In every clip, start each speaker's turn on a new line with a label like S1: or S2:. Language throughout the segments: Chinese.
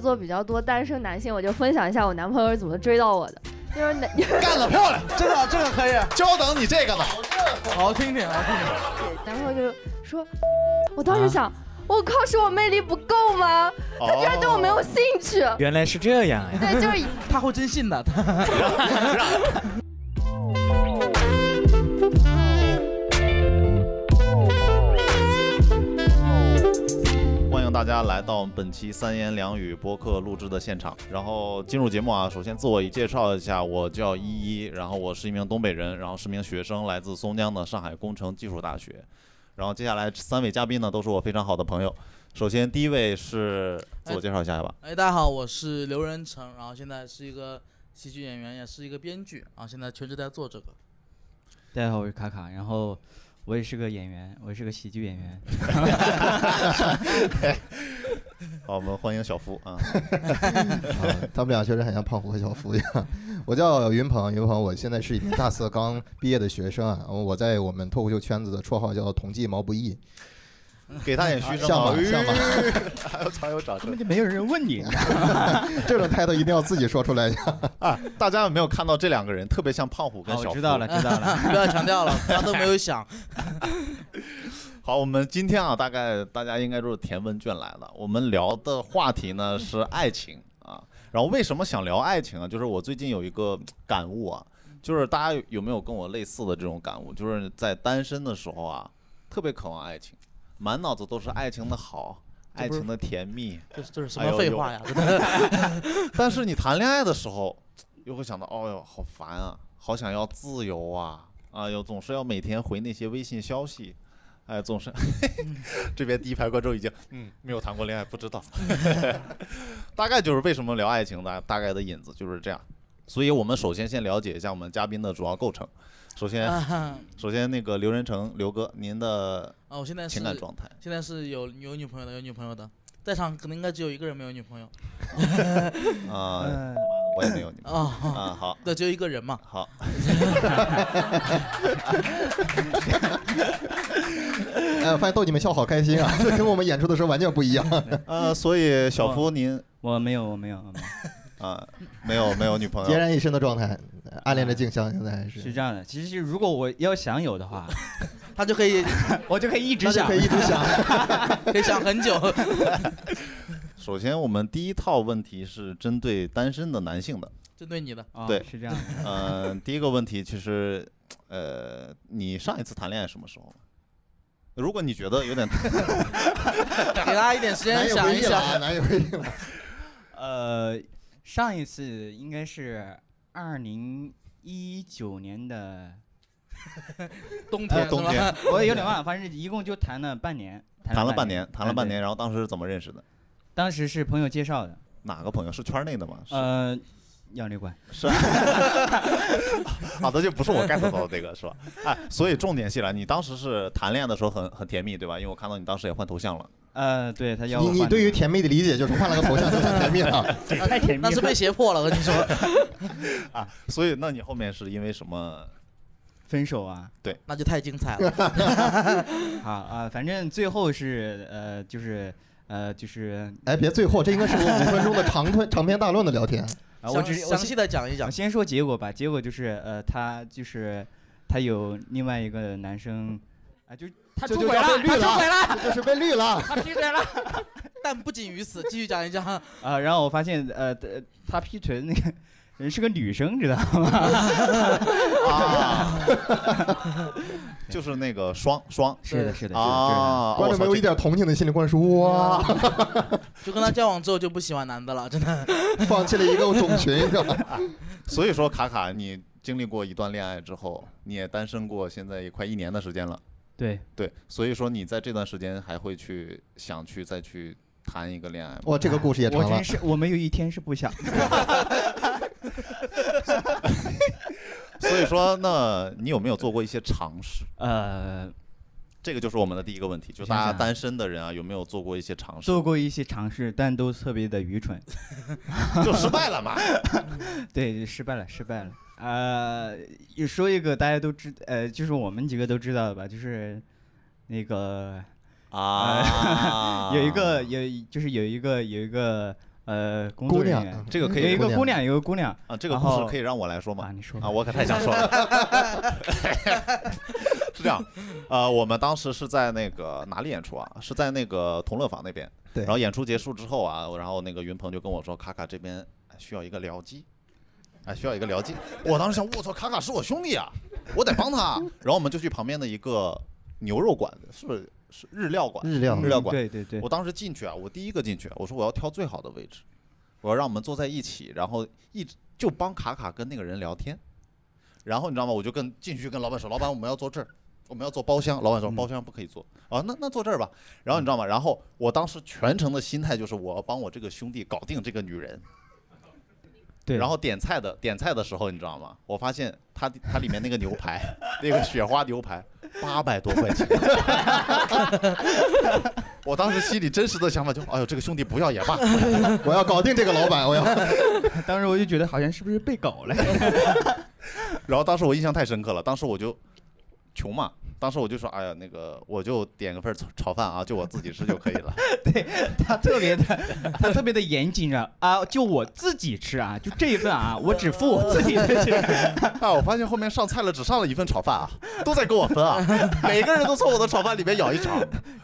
S1: 做比较多单身男性，我就分享一下我男朋友是怎么追到我的。就是男，
S2: 干得漂亮，真的这个可以，就等你这个呢。
S3: 好听听，好听听。
S1: 然后就说，我当时想，我靠，是我魅力不够吗？他居然对我没有兴趣。
S4: 原来是这样呀！
S1: 对，就是
S3: 他会真信 的。
S2: 欢迎大家来到本期三言两语播客录制的现场。然后进入节目啊，首先自我介绍一下，我叫依依，然后我是一名东北人，然后是名学生，来自松江的上海工程技术大学。然后接下来三位嘉宾呢，都是我非常好的朋友。首先第一位是自我介绍一下吧。
S3: 哎，大家好，我是刘仁成，然后现在是一个喜剧演员，也是一个编剧，然后现在全职在做这个。
S5: 大家好，我是卡卡，然后我也是个演员，我是个喜剧演员。
S2: 好，我们欢迎小 夫啊。
S6: 啊，他们俩确实很像胖虎和小夫一样。 我叫云鹏，云鹏，我现在是一名大四刚毕业的学生啊。我在我们脱口秀圈子的绰号叫“统计毛不易”，
S2: 嗯给他点虚声
S6: 像
S2: 吧
S6: 吗？像吗？
S2: 还有常有掌声
S5: 根本就没有人问你。
S6: 这种态度一定要自己说出来。
S2: 啊！大家有没有看到这两个人特别像胖虎跟
S3: 啊
S5: 好，
S2: 小夫？
S5: 我知道了，知道 了。
S3: 不要强调了，他都没有想。
S2: 好，我们今天啊，大概大家应该都是填问卷来的。我们聊的话题呢是爱情啊，然后为什么想聊爱情啊？就是我最近有一个感悟啊，就是大家有没有跟我类似的这种感悟？啊就是在单身的时候啊，特别渴望爱情，满脑子都是爱情的好，爱情的甜蜜。
S3: 这是这是什
S2: 哎
S3: 么
S2: 呦
S3: 废
S2: 有
S3: 话呀？真的
S2: 但是你谈恋爱的时候，又会想到，哦哟，好烦啊，好想要自由啊，啊哟，总是要每天回那些微信消息，哎，总是，
S3: 嗯
S2: 这边第一排观众已经，嗯，没有谈过恋爱，不知 道，大概就是为什么聊爱情的大概的引子就是这样。所以我们首先先了解一下我们嘉宾的主要构成。首先，
S3: 啊，
S2: 首先那个刘仁成，刘哥，您的
S3: 啊我现在是
S2: 情感状态，
S3: 现在是有有女朋友的，有女朋友的。在场可能应该只有一个人没有女朋友
S2: 啊、
S5: 嗯，
S2: 我也没有你们，
S3: 啊，
S2: 啊，好，
S3: 对，只有一个人嘛。
S2: 好，
S6: 哎，我发现逗你们笑好开心啊， 这跟我们演出的时候完全不一样。 嗯
S2: 呃，所以小夫您
S5: 我没有，我没有，我没有。
S2: 啊、没有没有女朋友
S6: 孑，然一身的状态，暗恋着静香，现在 还
S5: 是
S6: 是。
S5: 这样的，其实如果我要想有的 话，
S3: 他就可以
S5: 我就可以一 直
S6: 那就
S5: 想
S6: 可。以一直想，
S3: 可以想 很久。
S2: 首先，我们第一套问题是针对单身的男性的。
S3: 针对你的，
S5: 啊
S2: 对
S5: 是这样的。
S2: 呃，第一个问题其实，呃，你上一次谈恋爱什么时候？如果你觉得 有点，
S3: 给大家一点时
S6: 难
S3: 间
S6: 以
S3: 想
S6: 回
S3: 一
S6: 忆了
S3: 想。
S6: 啊，难以回忆了。
S5: 呃，上一次应该是二零一九年的，
S3: 冬
S2: 呃
S3: 天，
S2: 冬天
S3: 是吧
S5: 我有点忘了，反正一共就谈了半年。
S2: 谈了
S5: 半
S2: 半年，谈了半。年，然后当时是怎么认识的？
S5: 嗯对当时是朋友介绍的，
S2: 哪个朋友是圈内的吗？是
S5: 呃，要旅馆。
S2: 是， 好的，就不是我 get 到的那个，是吧？哎，所以重点戏了，你当时是谈恋爱的时候很很甜蜜，对吧？因为我看到你当时也换头像了，
S5: 呃，对他要
S6: 你
S5: 我
S6: 你
S5: 换
S6: 对
S5: 的
S6: 于甜蜜的理解就是换了个头像就很甜蜜 了。
S5: 太甜
S3: 那是被胁迫了，我跟 你说。
S2: 啊所以那你后面是因为什么？
S5: 分手啊。
S3: 那就太精彩了。
S5: 好啊、反正最后是呃，就是呃，就是
S6: 哎，别最后，这应该是我五分钟的长吞长篇大论的聊天。
S5: 啊，我
S3: 详
S5: 只
S3: 详
S5: 我
S3: 细的讲一讲
S5: 我。先说结果吧。结果就是呃，他就是他有另外一个男生啊、就他
S6: 这
S5: 出
S6: 就
S5: 轨
S6: 叫
S5: 了，他
S6: 被绿了
S5: 出轨了，
S6: 这就是被绿 了。
S5: 他劈腿了。
S3: 但不仅于此，继续讲一讲。
S5: 啊、然后我发现呃，呃他劈腿的那个人是个女生，知道吗？
S2: 啊，就是那个双双
S5: 是的，是的，是的，
S2: 啊，
S6: 观众没有一点同情的心理灌输，哇，
S3: 就跟他交往之后就不喜欢男的了，真的。
S6: 放弃了一个种 群，是吧？
S2: 所以说，卡卡，你经历过一段恋爱之后，你也单身过，现在也快一年的时间了。
S5: 对，
S2: 对，所以说你在这段时间还会去想去再去谈一个恋爱吗？
S6: 哇，这个故事也
S5: 我
S6: 长了
S5: 真。是我没有一天是不想。
S2: 所以说，那你有没有做过一些尝试？
S5: 呃，
S2: 这个就是我们的第一个问题，就
S5: 我想
S2: 大家
S5: 想
S2: 单身的人啊，有没有做过一些尝试？
S5: 做过一些尝试，但都特别的愚蠢。
S2: 就失败了嘛？
S5: 对，失败了，失败了。呃，也说一个大家都知，呃，就是我们几个都知道的吧，就是那个
S2: 啊
S6: 啊
S5: 有一个有一就是有一个有一个呃工
S6: 姑
S5: 作人
S6: 娘嗯
S5: 员，，
S2: 这个可
S5: 有
S2: 以
S5: 一个
S6: 姑
S5: 姑娘，有个姑娘
S2: 啊，这个
S5: 然
S2: 故事
S5: 后
S2: 可以让我来说吗
S5: 啊，？你说吧
S2: 啊，我可太想说了。 是这样，呃，我们当时是在那个哪里演出啊？是在那个同乐坊那边。
S6: 对
S2: 然后演出结束之后啊，然后那个云鹏就跟我说：“卡卡这边哎需要一个僚机，哎，需要一个僚机。”我当时想，我操，卡卡是我兄弟啊，我得帮他。然后我们就去旁边的一个牛肉馆，是不是是日料馆？
S6: 日料
S2: 日料馆。
S5: 嗯对对对
S2: 我，当时进去啊，我第一个进去，我说我要挑最好的位置，我要让我们坐在一起，然后一直就帮卡卡跟那个人聊天。然后你知道吗？我就跟进去跟老板说，老板我们要坐这儿，我们要坐包厢。老板说
S5: 嗯
S2: 包厢不可以坐啊，那那坐这儿吧。然后你知道吗？然后我当时全程的心态就是我要帮我这个兄弟搞定这个女人。
S5: 对，
S2: 然后点菜的点菜的时候，你知道吗？我发现它它里面那个牛排， 那个雪花牛排，八百多块钱。 我当时心里真实的想法就，哎呦，这个兄弟不要也罢。
S6: 我要搞定这个老板，我要。
S5: 当时我就觉得好像是不是被搞了，
S2: 然后当时我印象太深刻了，当时我就穷嘛，当时我就说，哎呀，那个我就点个份儿炒炒饭啊，就我自己吃就可以 了。
S5: 他特别的，他特别的严谨着啊，就我自己吃啊，就这一份啊，我只付我自己的钱。
S2: 啊，我发现后面上菜了，只上了一份炒饭啊，都在跟我分啊， 每个人都从我的炒饭里面舀一勺。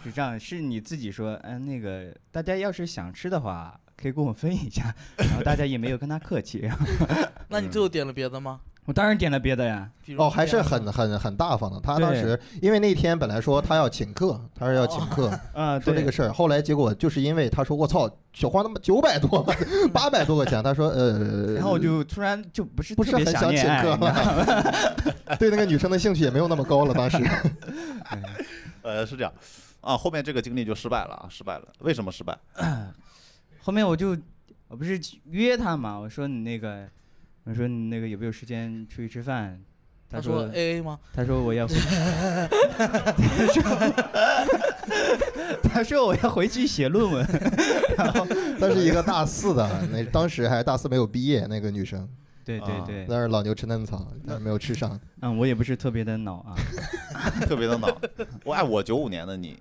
S5: 是这样，是你自己说，嗯、那个大家要是想吃的话，可以跟我分一下，然后大家也没有跟他客气。
S3: 那你最后点了别的吗？
S6: 嗯
S5: 我当然点了别的呀，
S3: 比如
S6: 哦，还是
S3: 点了
S6: 很很很大方的。他当
S5: 对
S6: 时因为那天本来说他要请客，他说要请客，
S5: 啊、
S6: 说
S5: 对
S6: 这个事儿，后来结果就是因为他说我操，雪花他妈九百多，八百多块钱，他说呃，
S5: 然后我就突然就不是
S6: 不是
S5: 特别
S6: 很想
S5: 恋
S6: 请
S5: 爱，
S6: 客
S5: 你知道吗
S6: 对那个女生的兴趣也没有那么高了。当时
S2: 呃，是这样，啊，后面这个经历就失败了啊，失败了。为什么失败？
S5: 后面我就我不是去约他嘛，我说你那个，我说你那个有没有时间出去吃饭？
S3: 他
S5: 说
S3: 说 A A 吗？
S5: 他说我 要回，他说他说我要回去写论 文，
S6: 她是一个大四的，那当时还大四没有毕业，那个女生，啊
S5: 对对对，
S6: 但是老牛吃嫩草，她没有吃上。
S5: 嗯，我也不是特别的恼啊，
S2: 特别的恼。我哎，我九五年的你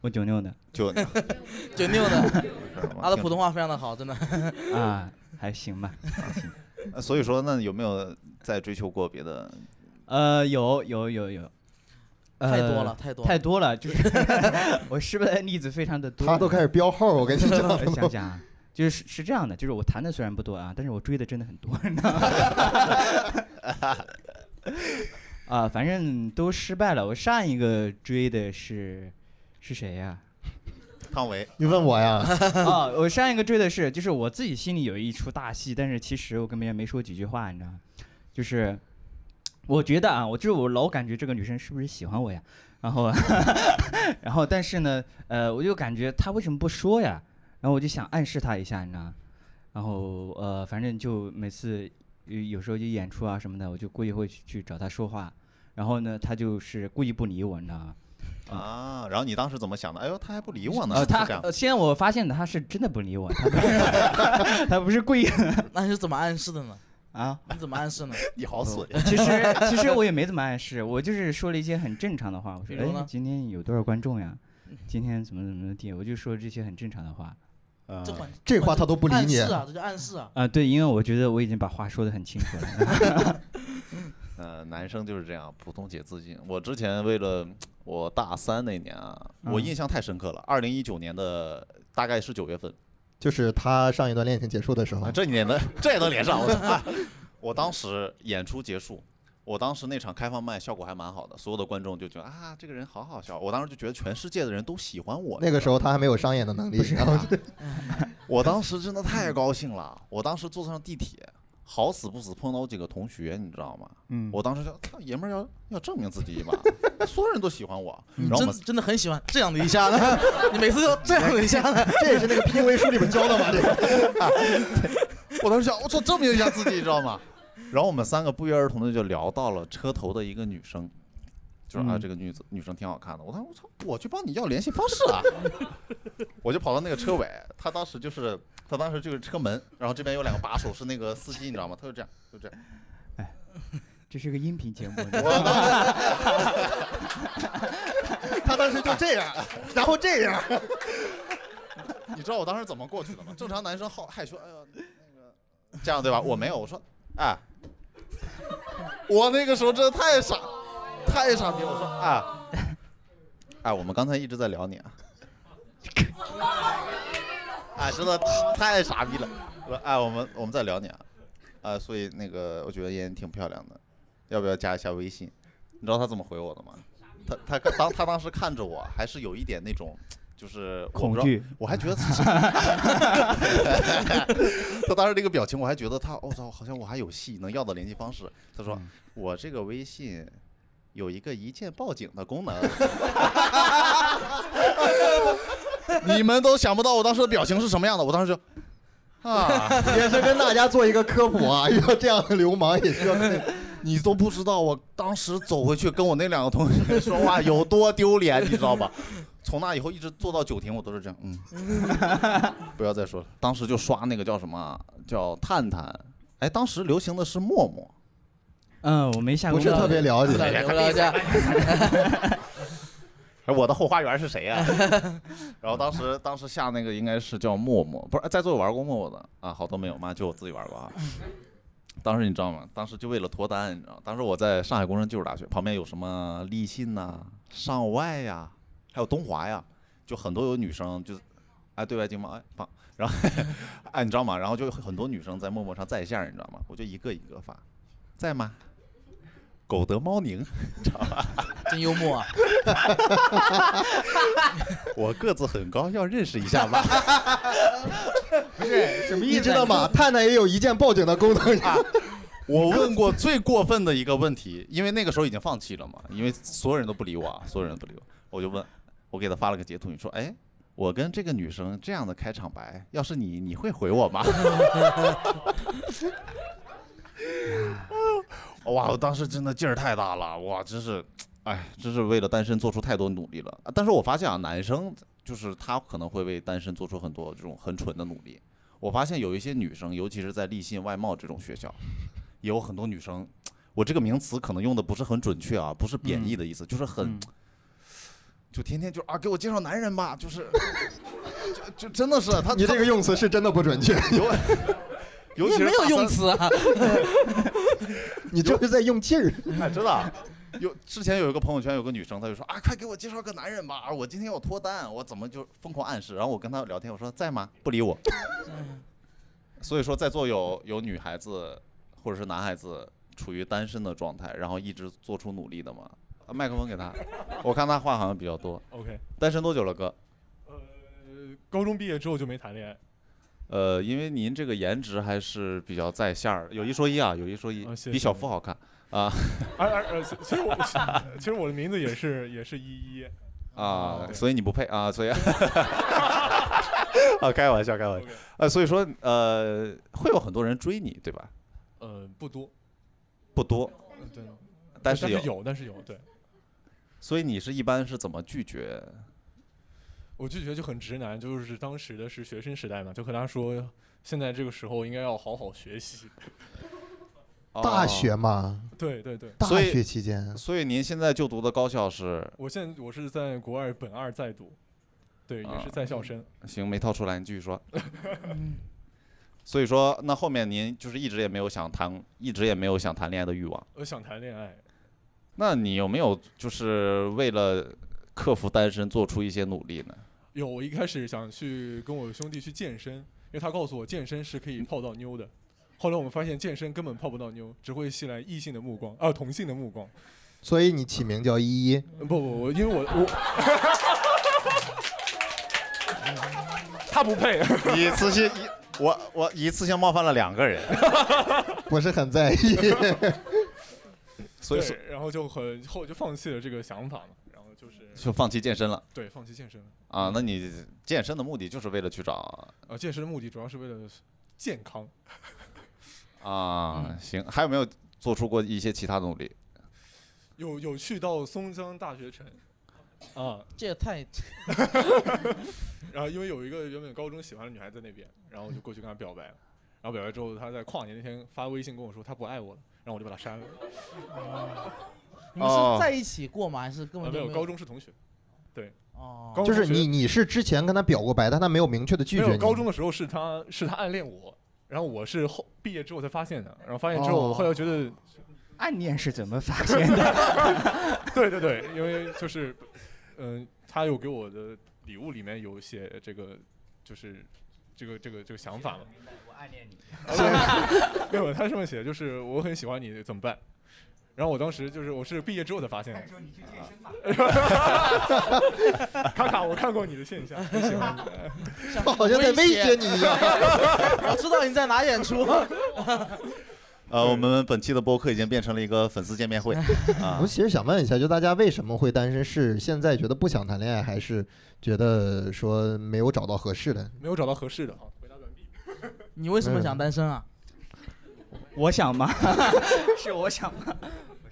S5: 我九六的
S2: 就
S3: 九六 的，他的普通
S2: 通
S3: 话非常的好，真的。
S5: 啊，还行吧。，
S2: 呃所以说那有没有在追求过别的？
S5: 呃，有有有有，呃
S3: 太多了，，太多了
S5: 太。多了，就是 我失败的例子非常的多。
S6: 她都开始标号，我 跟你讲，
S5: 我想想啊，就是是这样的，就是我谈的虽然不多啊，但是我追的真的很多，你知道吗？ 啊，反正都失败了。我上一个追的是是谁呀、
S2: 汤唯，
S6: 你问我 呀？
S5: 啊，我上一个追的是，就是我自己心里有一出大戏，但是其实我跟别人没说几句话，你知道吗？就是我觉得啊，我就是我老感觉这个女生是不是喜欢我呀？然后， 然后但是呢，呃，我就感觉她为什么不说呀？然后我就想暗示她一下，你知道吗？然后呃，反正就每次有有时候就演出啊什么的，我就故意会去去找她说话，然后呢，她就是故意不理我，你知道吗？
S2: 啊，然后你当时怎么想的？哎呦，他还不理我呢，
S5: 嗯呃，
S2: 是
S5: 她
S2: 这样
S5: 呃，现在我发现她是真的不理我，她不是她不是故意
S3: 那你是怎么暗示的呢？
S5: 啊，
S3: 你怎么暗示呢？
S2: 你好损，
S5: 嗯 其实其实我也没怎么暗示，我就是说了一些很正常的话。我说，
S3: 比如呢
S5: 哎，今天有多少观众呀？
S6: 嗯
S5: 今天怎么怎么地？我就说这些很正常的话。呃
S3: 这款
S6: 这话她都不理你
S3: 暗示啊，这就暗示啊。
S5: 啊、对，因为我觉得我已经把话说的很清楚了。
S2: 呃，男生就是这样，普通且自信。我之前为了我大三那年啊，我
S5: 嗯
S2: 印象太深刻了，二零一九年的大概是九月份，
S6: 就是她上一段恋情结束的时候
S2: 啊，，这你也能这也能连上，我操、 啊我当时演出结束，我当时那场开放麦效果还蛮好的，所有的观众就觉得啊，这个人好好笑。我当时就觉得全世界的人都喜欢我。
S6: 那个时候她还没有商演的能力，然
S5: 啊
S6: 后
S2: 我当时真的太高兴了，我当时坐上地铁，好死不死碰到我几个同学，你知道吗？
S5: 嗯，
S2: 我当时就，操爷们儿要要证明自己 一把，所有人都喜欢我。然
S3: 嗯
S2: 后我
S3: 真
S2: 们
S3: 真的很喜欢这样的一下呢，你每次都这样的一下 呢，
S6: 这也是那个 PUA 书里面教的嘛，这个
S2: 我当时想，我操，证明一下自己，你知道吗？ 然后我们三个不约而同的就聊到了车头的一个女生，就是啊，
S5: 嗯
S2: 这个女子女生挺好看的。我当时我操，我去帮你要联系方式啊！ 我就跑到那个车尾，她当时就是她当时就是车门，然后这边有两个把手是那个司机，你知道吗？她就这样，就这样。
S5: 这是个音频节目。你知道吗
S2: 我当时
S6: 她当时就这样，然后这样，
S2: 你知道我当时怎么过去的吗？正常男生好害羞，哎呦，那个这样对吧？我没有，我说，哎，我那个时候真的太傻，太傻逼了，我说，哎，哎，我们刚才一直在聊你啊，哎，真的 太傻逼了，我说，哎，我们我们在聊你啊，啊，所以那个我觉得妍挺漂亮的，要不要加一下微信？你知道他怎么回我的吗？他他他当他当时看着我，还是有一点那种，就是我不知道
S5: 恐惧，
S2: 我还觉得自己， 他当时那个表情，我还觉得他，我、操，好像我还有戏能要到联系方式。他
S5: 嗯
S2: 说、我这个微信有一个一键报警的 功能， 你们都想不到我当时的表情是什么样的，我当时就 啊。
S6: 也是跟大家做一个科普 啊，遇到这样的流氓也需要跟
S2: 你都不知道，我当时走回去跟我那两个同学说话有多丢脸，你知道吧？从那以后一直做到九庭，我都是这样，嗯， 不要再说了。当时就刷那个叫什么啊，叫探探，哎，当时流行的是陌陌，
S5: 嗯，我没下过
S6: 不是
S5: 陌陌
S6: 特别了解
S3: 不。了解，
S2: 哎，我的后花园是谁呀、啊 然后当时当时下那个应该是叫陌陌，不是在座有玩过陌陌的啊，好多没有，妈就我自己玩过啊。当时你知道吗？当时就为了脱单，你知道，当时我在上海工商技术大学旁边有什么立信呐、上外呀、还有东华呀，就很多有女生就是，哎，对外经贸，哎，棒，然后 哎，你知道吗？然后就有很多女生在陌陌上在线，你知道吗？我就一个一个发，在吗？狗得猫宁，
S3: 真幽默啊！
S2: 我个子很高，要认识一下吧。
S5: 不是什么啊
S6: 你知道吗？探探也有一键报警的功能。
S2: 啊 我问过最过分的一个问题，因为那个时候已经放弃了嘛，因为所有人都不理我 啊，所有人都不理我，我就问，我给他发了个截图，你说，哎，我跟这个女生这样的开场白，要是你，你会回我吗？ 哇，我当时真的劲儿太大了，哇，真是，哎，真是为了单身做出太多努力了。啊但是我发现啊，男生就是他可能会为单身做出很多这种很蠢的努力。我发现有一些女生，尤其是在立信、外贸这种学校，也有很多女生。我这个名词可能用的不是很准确啊，不是贬义的意思，就是很、
S5: 嗯
S2: 就天天就啊给我介绍男人吧，就是就就真的是啊他
S6: 你这个用词是真的不准 确，
S2: 尤尤
S3: 你
S2: 其
S3: 也
S2: 是
S3: 没有
S2: 大
S3: 用
S2: 三
S3: 词啊，
S6: 你这是在用劲儿。
S2: 哎，真的啊。有之前有一个朋友圈，有个女生，她就说啊，快给我介绍个男人吧，啊我今天要脱单，我怎么就疯狂暗示？然后我跟她聊天，我说在吗？ 不理我。所以说，在座有有女孩子或者是男孩子处于单身的状态，然后一直做出努力的吗？啊麦克风给他，我看他话好像比较多。
S4: OK，
S2: 单身多久了，哥？
S4: 呃，高中毕业之后就没谈恋爱，
S2: 呃，因为您这个颜值还是比较在线儿，有一说一啊，有一说一，
S4: 啊谢谢
S2: 比小夫好看啊
S4: 而而呃，其其实我 其实我的名字也是也是依依。
S2: 啊，
S4: 对
S2: 所以你不配啊，所以啊，开玩笑，开玩
S4: OK，
S2: 笑。呃，所以说呃，会有很多人追你，对吧？
S4: 呃，不多，
S2: 不多，
S4: 呃对，
S2: 但
S4: 是
S2: 是有。
S4: 有，但是有，对
S2: 所以你是一般是怎么拒绝？
S4: 我拒绝就很直男，就是当时的是学生时代嘛，就和他说，现在这个时候应该要好好学习。
S2: 哦
S6: 大。学嘛，
S4: 对对对，
S6: 大
S2: 所以
S6: 学期间，
S2: 所以您现在就读的高校是？
S4: 我现在我是在国外本二在读，对，也
S2: 啊
S4: 是在校生。
S2: 行，没套出来，你继续说。
S6: 嗯
S2: 所以说，那后面您就是一直也没有想谈，一直也没有想谈恋爱的欲望。
S4: 我想谈恋爱，
S2: 那你有没有就是为了克服单身做出一些努力呢？
S4: 有我一开始想去跟我兄弟去健身，因为他告诉我健身是
S2: 嗯
S4: 可以泡到妞的。后来我们发现健身根本泡不到妞，只会吸来异性的目光，啊，同性的目光。
S6: 所以你起名叫依依，
S4: 嗯不不，我因为我我，他不配。
S2: 一次性一我我一次性冒犯了两 个人，
S6: 不是很在意。
S2: 所以说
S4: 对，然后就很后就放弃了这个想法嘛，然后就是
S2: 就放弃健身了
S4: 对放弃健身了。
S2: 啊？那你健身的目的就是为了去找
S4: 呃，健身的目的主要是为了健康。
S2: 啊？行，还有没有做出过一些其他的努力？
S4: 有有去到松江大学城，啊，
S3: 这也太……
S4: 然后因为有一个原本高中喜欢的女孩在那边，然后我就过去跟她表白了。然后表白之后，她在跨年那天发微信跟我说她不爱我了，然后我就把她删 了。
S3: 你们
S2: 哦
S3: 是在一起过吗？还是根
S4: 啊，
S3: 本
S4: 没
S3: 就
S4: 有，
S3: 没
S4: 高中是同学。对，
S3: 哦
S4: 高中
S6: 就是
S4: 同学
S6: 你你是之前跟他表过白，但他没有明确的拒
S4: 没
S6: 绝
S4: 有
S6: 你。
S4: 高中的时候是他是他暗恋我，然后我是后毕业之后才发现的，然后发现之后，
S6: 哦
S4: 我后来觉得，
S5: 暗恋是怎么发现的？
S4: 对对对，因为就是，嗯、他有给我的礼物里面有写这个，就是这个这个这个想法嘛，
S5: 我暗 恋你。
S4: 没有，他上面写的就是我很喜欢你，怎么办？然后我当时就是我是毕业之后才发现的，
S5: 说你去健身吧。
S4: 卡卡，我看过你的现 象，很喜欢你。
S6: 好像在威胁你一样。
S3: 我知道你在哪演出，
S2: 呃，我们本期的播客已经变成了一个粉丝见面 会啊
S6: 我，其实想问一下，就大家为什么会单身？是现在觉得不想谈恋爱，还是觉得说没有找到合适 的？
S4: 没有找到合适的啊。
S3: 你为什么想单身啊？
S5: 我想吗？ 是我想吗？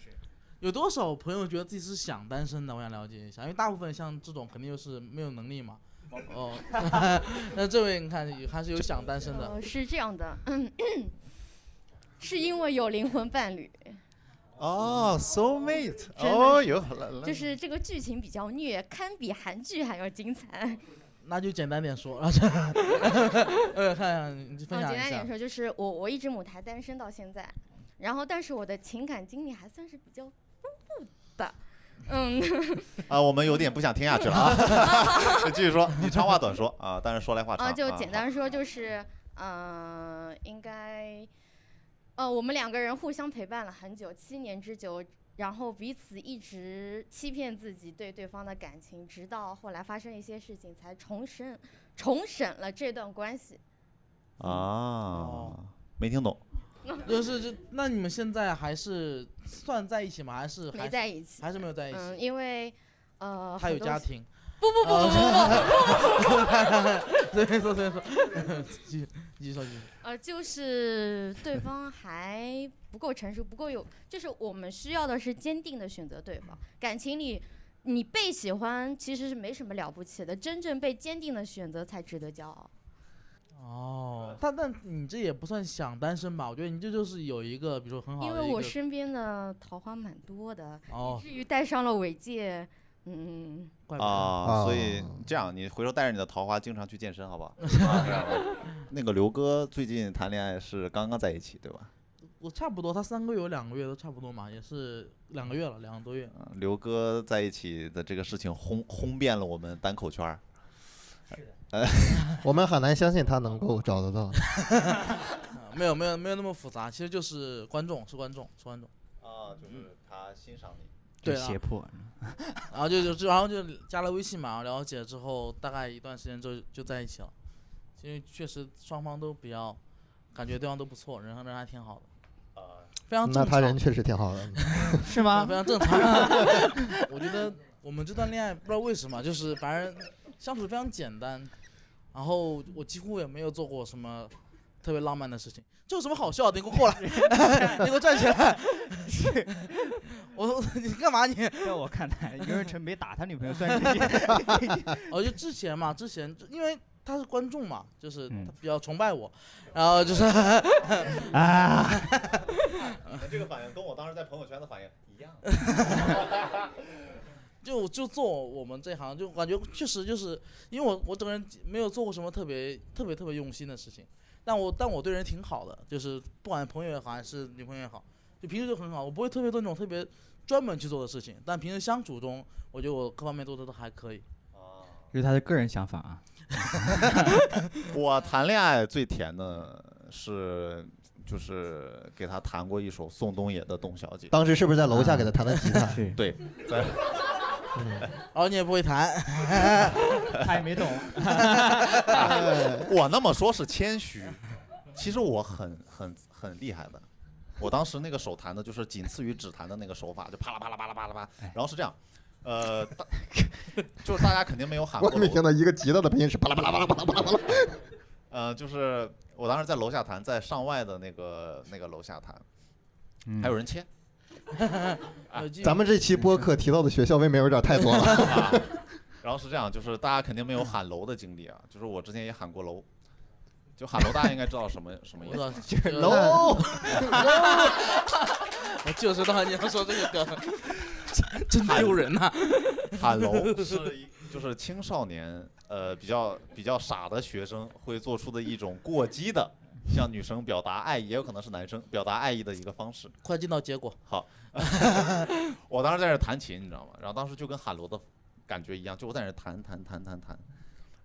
S3: 有多少朋友觉得自己是想单身的？我想了解一下，因为大部分像这种肯定就是没有能力嘛。 哦，那这位你看还是有想 单身的，
S7: 呃，是这样的，嗯 是因为有灵魂伴侣，
S2: 哦，soul mate，
S7: 真的
S2: 哦哟，来来
S7: 就是这个剧情比较虐，堪比韩剧还要精彩。
S3: 那就简单点说， 然后呃，看一下你 分
S7: 嗯，
S3: 享
S7: 简单
S3: 一下
S7: 点。说，就是我我一直母胎单身到现在，然后但是我的情感经历还算是比较丰富的，嗯，
S2: 啊，我们有点不想听下去了啊， 继续说，你长话短说啊，但是说来话
S7: 啊
S2: 长，
S7: 就简单说就是，嗯、应该，呃，我们两个人互相陪伴了很久，七年之久。然后彼此一直欺骗自己对对方的感情，直到后来发生一些事情，才重审重审了这段关系。
S2: 好啊，没听懂，
S3: 就是这，那你们现在还是算在一起吗？还是
S7: 没
S3: 还
S7: 在一起，
S3: 还是没有在一起？
S7: 嗯，因为呃，
S3: 他
S7: 很
S3: 有
S7: 多
S3: 家庭。
S7: 不不不不不不，
S3: 随便说，随便说，继续继续说，继续。
S7: 呃，就是对方还不够成熟，不够有，就是我们需要的是坚定的选择对方。
S3: 嗯
S7: 感情里，你被喜欢其实是没什么了不起的，真正被坚定的选择才值得骄傲。
S3: 哦，但但你这也不算想单身吧？我觉得你这就是有一个，比如说很好的
S7: 因
S3: 一
S7: 为
S3: 个，
S7: 我身边的桃花蛮多的，
S3: 哦，
S7: 至于戴上了尾戒，嗯，
S3: 怪不得
S2: 啊，所以
S6: 啊
S2: 这样，你回头带着你的桃花经常去健身，好 不好？啊那个刘哥最近谈恋爱是刚刚在一起，对吧？
S3: 我差不多，他三个月有两个月都差不多嘛，也是两个月了，两个多月。
S2: 嗯刘哥在一起的这个事情轰轰遍了我们单口圈儿。呃
S6: 我们很难相信他能够找得到。
S3: 啊没有没有没有那么复杂，其实就是观众是观众是观众，
S2: 啊，就是他欣赏你。
S3: 对
S5: 这
S3: 啊
S5: 胁迫。
S3: 然后就就就然后就加了微信嘛，了解之后大概一段时间就就在一起了，因为确实双方都比较感觉对方都不错，人和人还挺好的，非常
S6: 那
S3: 正
S6: 他
S3: 常
S6: 人。确实挺 好的，
S5: 是
S3: 啊，
S5: 吗
S3: 非？常正 常。我觉得我们这段恋爱不知道为什么，就是反正相处非常简单，然后我几乎也没有做过什么特别浪漫的事情。这有什么好笑的？你给我过来， 你给我站起来！我 你干嘛你？
S5: 在我看来，刘润成没打他女 朋友算是一个
S3: 哦，就之前嘛，之前因为他是观众嘛，就是
S5: 嗯
S3: 他比较崇拜我，然后就是
S5: 啊，
S2: 这个反应跟我当时在朋友圈的反应一样。
S3: 就就做我们这行，就感觉确实就是因为我我整个人没有做过什么特别特别特别用心的事情，但我但我对人挺好的，就是不管朋友也好还是女朋友也好，就平时就很好，我不会特别做那种特别专门去做的事情，但平时相处中，我觉得我各方面做的都还可以。
S5: 这是他的个人想法啊。
S2: 我谈恋爱最甜的是，就是给他弹过一首宋冬野的《董小姐》。
S6: 当时是不是在楼下给他弹的吉他？
S5: 啊是，
S2: 对， 在嗯
S3: 然后你也不会弹，
S6: 哎
S5: 他也没懂。
S2: 哎我那么说 是谦虚，其实我很很很厉害的。我当时那个手弹的就是仅次于指弹的那个手法，就啪啦啪啦啪啦啪啦啪，
S5: 哎
S2: 然后是这样，呃，大 就是大家肯定没有喊
S6: 我
S2: 过
S6: 也没
S2: 楼
S6: 听到一个吉他的配音是巴拉巴拉巴拉巴拉巴拉巴拉。
S2: 呃，就是我当时在楼下弹，在上外的那个那个楼下弹，还有人 切，啊
S3: 呃基于
S6: 咱们这期播客提到的学校未免有点太多了。
S2: 啊， 然后是这样，就是大家肯定没有喊楼的经历啊，就是我之前也喊过楼，就喊楼大家应该知道什么什么意
S3: 我
S2: 思。
S3: 操，就是
S6: 楼
S3: 我就知道你要说这个梗，真丢人呐、
S2: 喊楼是一就是青少年呃比较比较傻的学生会做出的一种过激的向女生表达爱意，也有可能是男生表达爱意的一个方式。
S3: 快进到结果。
S2: 好，我当时在这儿弹琴，你知道吗？然后当时就跟喊锣的感觉一样，就我在那儿弹弹弹弹弹，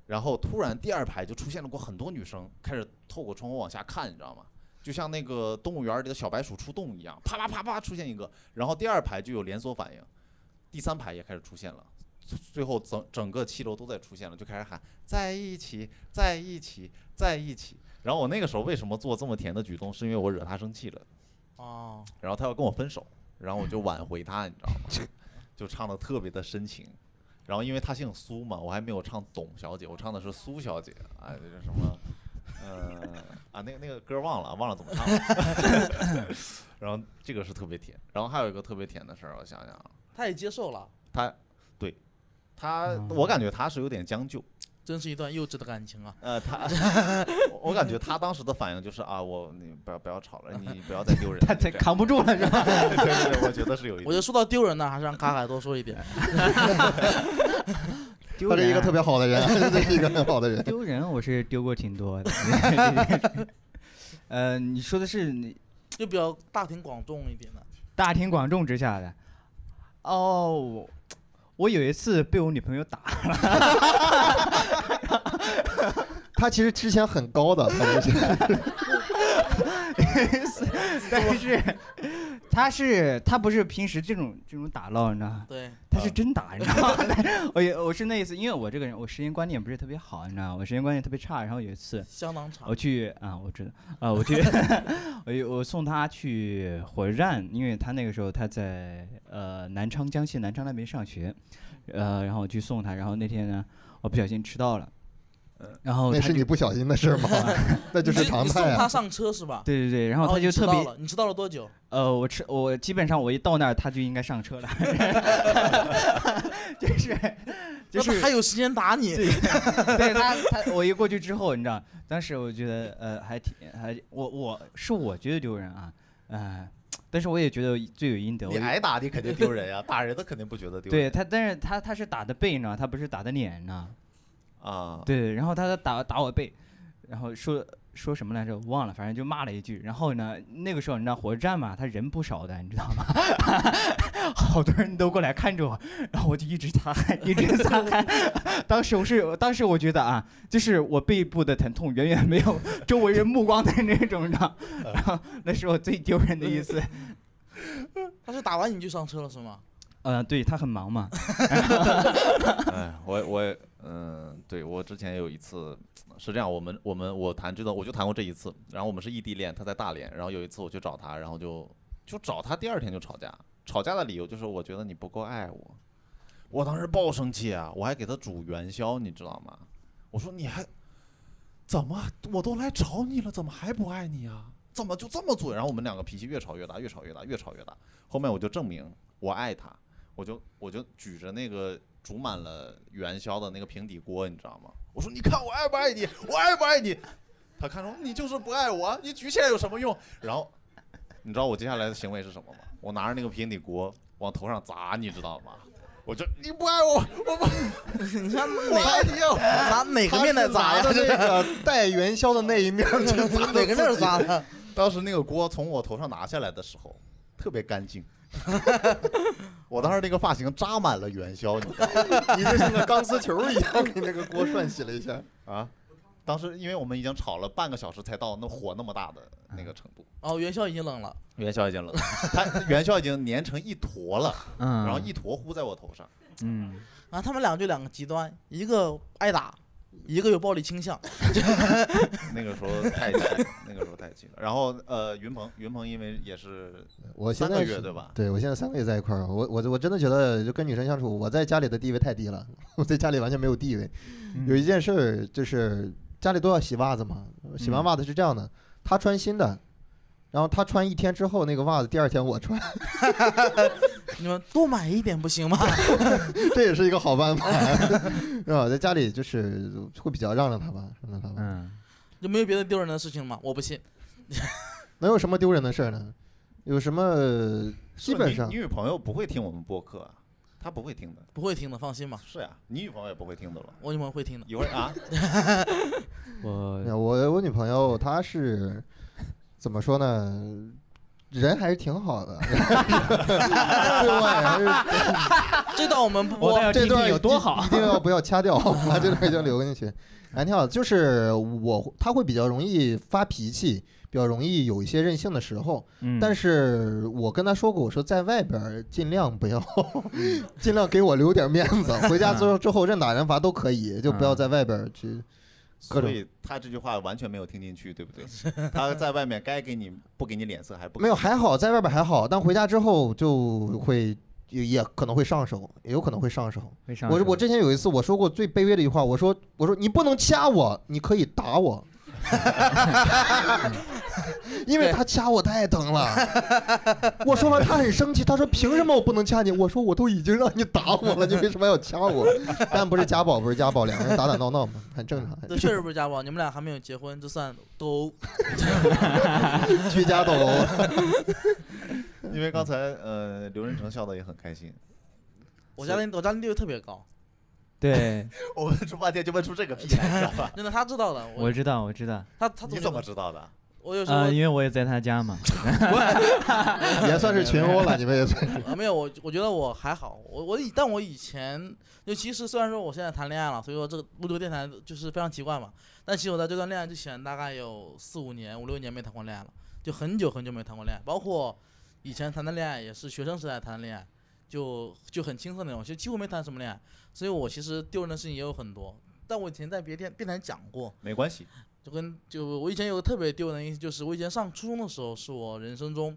S2: 然后突然第二排就出现了过很多女生，开始透过窗户往下看，你知道吗？就像那个动物园里的小白鼠出洞一样，啪啪啪啪出现一个，然后第二排就有连锁反应，第三排也开始出现了。最最后整整个七楼都在出现了，就开始喊在一起，在一起，在一起。然后我那个时候为什么做这么甜的举动，是因为我惹她生气了。
S3: 哦，
S2: 然后他要跟我分手，然后我就挽回他，你知道吗？ 就唱的特别的深情。然后因为他姓苏嘛，我还没有唱董小姐，我唱的是苏小姐。哎，这是什么？呃，啊，那个那个歌忘了，忘了怎么唱了。 然后这个是特别甜，然后还有一个特别甜的事儿，我想想啊，
S3: 他也接受了，
S2: 他对他，
S5: 嗯
S2: 我感觉他是有点将就。
S3: 真是一段幼稚的感 情啊！
S2: 呃，他我我感觉他当时的反应就是啊，我你不要不要吵了，你不要 再丢人了。
S5: 他他
S2: 这样
S5: 扛不住了是吧？
S2: 对对对，我觉得是有一点。
S3: 我觉得说到丢人呢，还是让 卡卡多说一 点。
S5: 丢
S6: 他是一个
S5: 人啊
S6: 特别好的人， 这是一个很好的人。
S5: 丢人，我是丢过挺多的。 呃，你说的是你
S3: 就比较大庭广众一点啊的。
S5: 大庭广众之下的。哦，我我有一次被我女朋友 打，
S6: 他其实之前很 高的，他之前
S5: 但是她是她不是平时这种这种打闹，你知道吗？
S3: 对，
S5: 她是真打，你知道吗？ 我也我是那一次，因为我这个人我时间观念不是特别好，你知道吗？我时间观念特别差，然后有一次
S3: 相当长
S5: 我。去啊，我知道啊，我去， 我我送他去火车站，因为他那个时候他在呃南昌江西南昌那边上学，呃，然后我去送他，然后那天呢，我不小心迟到了，然后
S6: 呃那
S5: 他
S6: 是
S5: 就
S6: 你不小心的事儿 吗？那就是
S3: 你
S6: 常
S3: 你送
S6: 态
S3: 他
S6: 啊。
S3: 上车是吧？
S5: 对对对，然后他
S3: 哦
S5: 就
S3: 你迟
S5: 特
S3: 到
S5: 别、
S3: 了你迟到了多久？
S5: 呃，我吃我基本上我一到那儿他就应该上车了， 就是就
S3: 那
S5: 是
S3: 他还有时间打你？
S5: 对 他，他我一过去之后，你知道，当时我觉得呃还挺还我我是我觉得丢人啊，呃，但是我也觉得罪有应得。我
S2: 你
S5: 就
S2: 挨打你肯定丢人呀、打人的肯定不觉得丢
S5: 对
S2: 人。
S5: 他，但是他他是打的背呢，他不是打的脸呢。
S2: 啊，
S5: 对，然后他打打我背，然后说说什么来着？我忘了，反正就骂了一句。然后呢，那个时候你知道火车站嘛，他人不少的，你知道吗？ 好多人都过来看着我，然后我就一直擦汗，一直擦汗。 当时我是，当时我觉得啊，就是我背部的疼痛远远没 有周围人目光的那种，你知道？然后那是我最丢人的一 次。
S3: 他是打完你就上车了是 吗？
S5: 嗯、对他很忙嘛，
S2: 哎，我我也嗯，对我之前有一次是这样，我们我们我谈这段我就谈过这一次，然后我们是异地恋，他在大连，然后有一次我去找他，然后就就找他，第二天就吵架，吵架的理由就是我觉得你不够爱我，我当时爆生气啊，我还给他煮元宵，你知道吗？我说你还怎么我都来找你了，怎么还不爱你啊？怎么就这么做？然后我们两个脾气越吵越大，越吵越大，越吵越大。后面我就证明我爱他，我就我就举着那个煮满了元宵的那个平底锅，你知道吗？我说你看我爱不爱你，我爱不爱你？他看说你就是不爱我，啊你举起来有什么用？然后你知道我接下来的行为是什么吗？我拿着那个平底锅往头上砸，你知道吗？我就你不爱我，我 不
S3: 你像
S2: 我爱
S3: 哪
S2: 你啊！
S3: 拿哪个面
S6: 他
S3: 来
S6: 是
S3: 砸
S6: 拿
S3: 呀
S6: 的？那 个带元宵的那一面儿去砸
S3: 哪个面儿砸的？
S2: 当时那个锅从我头上拿下来的时候，特别 干净。我当时那个发型扎满了元宵，你知 道
S6: 你这像个钢丝球一样， 给那个锅涮洗了一下。
S2: 吗啊？当时因为我们已经吵了半个小时才到那火那么大的那个程度，
S3: 哦，元宵已经冷了。
S2: 元宵已 经冷了，它元宵已经粘成一坨了，
S5: 嗯，
S2: 然后一坨糊在我头上。
S5: 嗯，
S3: 然后啊他们俩就两个极端，一个挨打，一个有暴力倾向。
S2: 那个时候太气了， 那个时候太气了。然后呃，云鹏，云鹏因为也是
S6: 我现
S2: 三
S6: 在
S2: 个月
S6: 是
S2: 对吧？
S6: 对，我现在三个月在一块儿，我我我真的觉得就跟女生相处，我在家里的地位太低了，我在家里完全没有地位。 有一件事儿就是家里都要洗袜子嘛，洗完
S5: 嗯
S6: 袜子是这样的，她穿新的，然后她穿一天之后那个袜子，第二天我穿，
S3: 你们多买一点不行吗？
S6: 这也是一个好办法， 是吧？在家里就是会比较让着她吧，让着她吧。
S5: 嗯，
S3: 就没有别的丢人的事情吗？我不信。
S6: 能有什么丢人的事儿呢？有什么基
S2: 是
S6: 本
S2: 你
S6: 上
S2: 你女朋友不会听我们播客啊，他不会听的。
S3: 不会听的，放心吧。
S2: 是呀，你女朋友也不会听的吧？
S3: 我女朋友会听的。
S2: 一会 儿 啊，
S5: 我
S6: 没有我我女朋友她是怎么说呢？人还是挺好的， 对外还是
S3: 这段我们不播
S5: 我，要
S6: 这
S5: 听听
S6: 段
S5: 有多
S3: 啊
S6: 一
S5: 好。
S6: 定要不要掐掉， 把这段已经留进去。还挺好，就是我他会比较容易发脾气，比较容易有一些任性的时候。
S5: 嗯
S6: 但是我跟他说过，我说在外边儿尽量不要，
S5: 嗯
S6: 尽量给我留点面子。回家之后之后任打任罚都可以，就
S5: 嗯
S6: 不要在外边儿去各
S2: 所
S6: 种
S2: 以他这句话完全没有听进去，对不 对？他在外面该给你不给你脸色还不给
S6: 没有， 还好，在外边还好，但回家之后就会也也可能会上手，也有可能会上手。
S5: 为啥？
S6: 我我之前有一次我说过最卑微的一句话，我说我说你不能掐我，你可以打 我，因为他掐我太疼了。 我说完他很生气，他说凭什么我不能掐你？我说我都已经让你打我了，你为什么要掐我？ 但不是家暴，不是家暴，两个人打打闹闹嘛，很正 常。
S3: 这确实不是家暴，你们俩还没有结婚，这算斗 殴。
S6: 居家斗殴，
S2: 因为刚才呃，刘仁成笑得也很开心。
S3: 嗯我家庭我家庭地位特别高，
S5: 对，
S2: 我问出半天就问出这个屁来，知道吧？
S3: 真的，他知道的。我
S5: 我知道，我知道，
S3: 他他
S2: 你
S3: 总
S2: 怎么
S3: 觉得
S2: 知道的？
S3: 我有时候
S5: 呃，因为我也在他家 嘛。
S6: 也算是群殴了，你们也算是。
S3: 啊，没有，我我觉得我还好，我我以但我以前就其实虽然说我现在谈恋爱了，所以说这个录这个电台就是非常奇怪嘛，但其实我在这段恋爱之前大概有四五年、五六年没谈过恋爱了，就很久很久没谈过恋爱，包括以前谈的恋爱也是学生时代谈的恋爱，就就很青涩那种，就几乎没谈什么恋爱，所以我其实丢人的事情也有很多，但我以前在别电电台讲过，
S2: 哦没关系，
S3: 就跟就我以前有个特别丢人的印象，就是我以前上初中的时候，是我人生中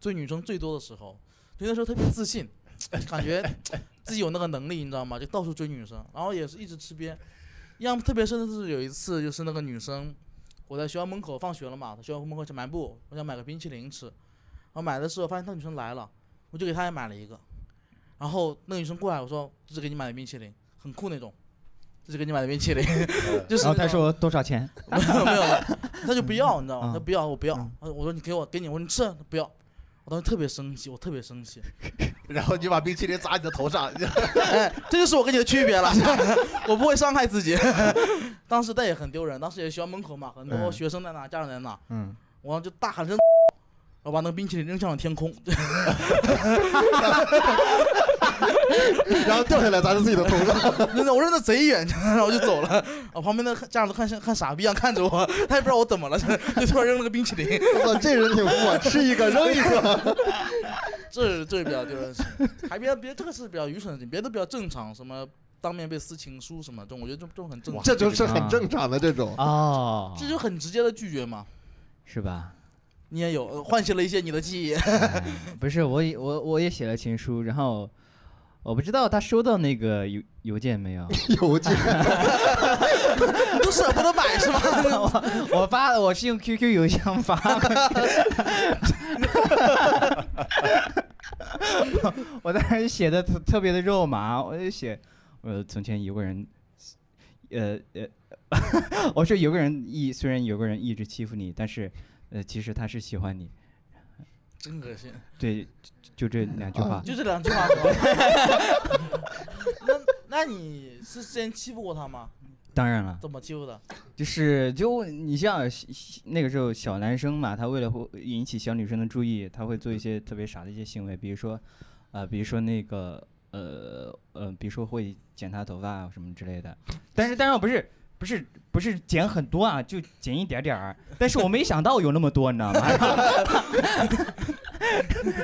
S3: 追女生最多的时候，就那时候特别自信，感觉自己有那个能力，你知道吗？就到处追女生，然后也是一直吃瘪。印象特别深的是有一次，就是那个女生，我在学校门口放学了嘛，在学校门口去漫步，我想买个冰淇淋吃，然后买的时候发现那女生来了，我就给她也买了一个，然后那个女生过来，我说这是给你买的冰淇淋，很酷那种，这是给你买的冰淇淋， 就是
S5: 然后
S3: 那
S5: 他
S3: 种
S5: 说多少钱？
S3: 没有没有，他就不要，你知道吗
S5: 嗯？
S3: 他不要，我不要
S5: 嗯。
S3: 我说你给我给你，我说你吃，他不要。我当时特别生气，我特别生气。
S2: 然后你把冰淇淋砸你的头上，
S3: 哎，这就是我跟你的区别了， 我不会伤害自己。 当时但也很丢人，当时也学校门口嘛，很多
S5: 嗯
S3: 学生在那，家长在那，
S5: 嗯，
S3: 我就大喊声，我把那个冰淇淋扔向了天空。
S6: 然后掉下来砸在自己的头上，
S3: 真的，我扔的贼远，然后我就走了。我旁边的家长都看像看傻逼一样看着我，他也不知道我怎么了， 就突然扔了个冰淇淋。
S6: 我操，这人挺富啊，吃一个扔一个。
S3: 这是这是比较丢人的事，还别别这个是比较愚蠢的事情，别的比较正常，什么当面被撕情书什么这种，我觉得这这种很正常，
S6: 这就是很正常的这种。
S5: 哦，
S3: 这就很直接的拒绝嘛。
S5: 是吧？
S3: 你也有、呃唤起了一些你的记忆，
S5: 不是，我也我我也写了情书，然后我不知道他收到那个邮邮件没有。
S6: 邮件，
S3: 都舍不得买是吗？
S5: 我我发我是用 QQ 邮箱发 的 我当时写的特特别的肉麻，我就写，呃，从前有个人，呃呃， 我说有个人一虽然有个人一直欺负你，但是呃其实他是喜欢你，
S3: 真恶心，
S5: 对，就就这两句话，
S3: 啊就这两句话是吧？那那你是之前欺负过他吗？
S5: 当然了。
S3: 怎么欺负的？
S5: 就是就你像小小那个时候小男生嘛，他为了会引起小女生的注意，他会做一些特别傻的一些行为，比如说，呃，比如说那个呃呃，比如说会剪她头发啊什么之类的。但是当然不是不是不是剪很多啊，就剪一点点儿。但 是我没想到有那么多，你知道吗？然后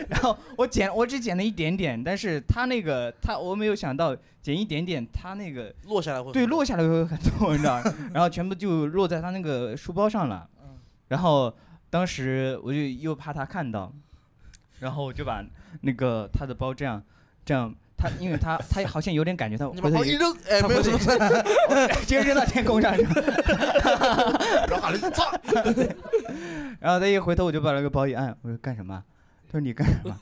S5: 然后我剪我只剪了一点点，但是他那个他我没有想到剪一点点，他那个
S3: 落下来会
S5: 对，落下来会很痛，你知道吗，然后全部就落在他那个书包上了。
S3: 嗯
S5: 然后当时我就又怕他看到，然后我就把那个他的包这样这样，他因为他他好像有点感觉，他
S3: 你把
S5: 回头
S3: 包一
S5: 也
S3: 扔，哎，
S5: 他
S3: 没有
S5: 回
S3: 什
S5: 头
S3: 么事，
S5: 直接扔到天空上，
S2: 然后喊了一句操，
S5: 然后他一回头我就把那个包一按，我说干什么？他说你干什么？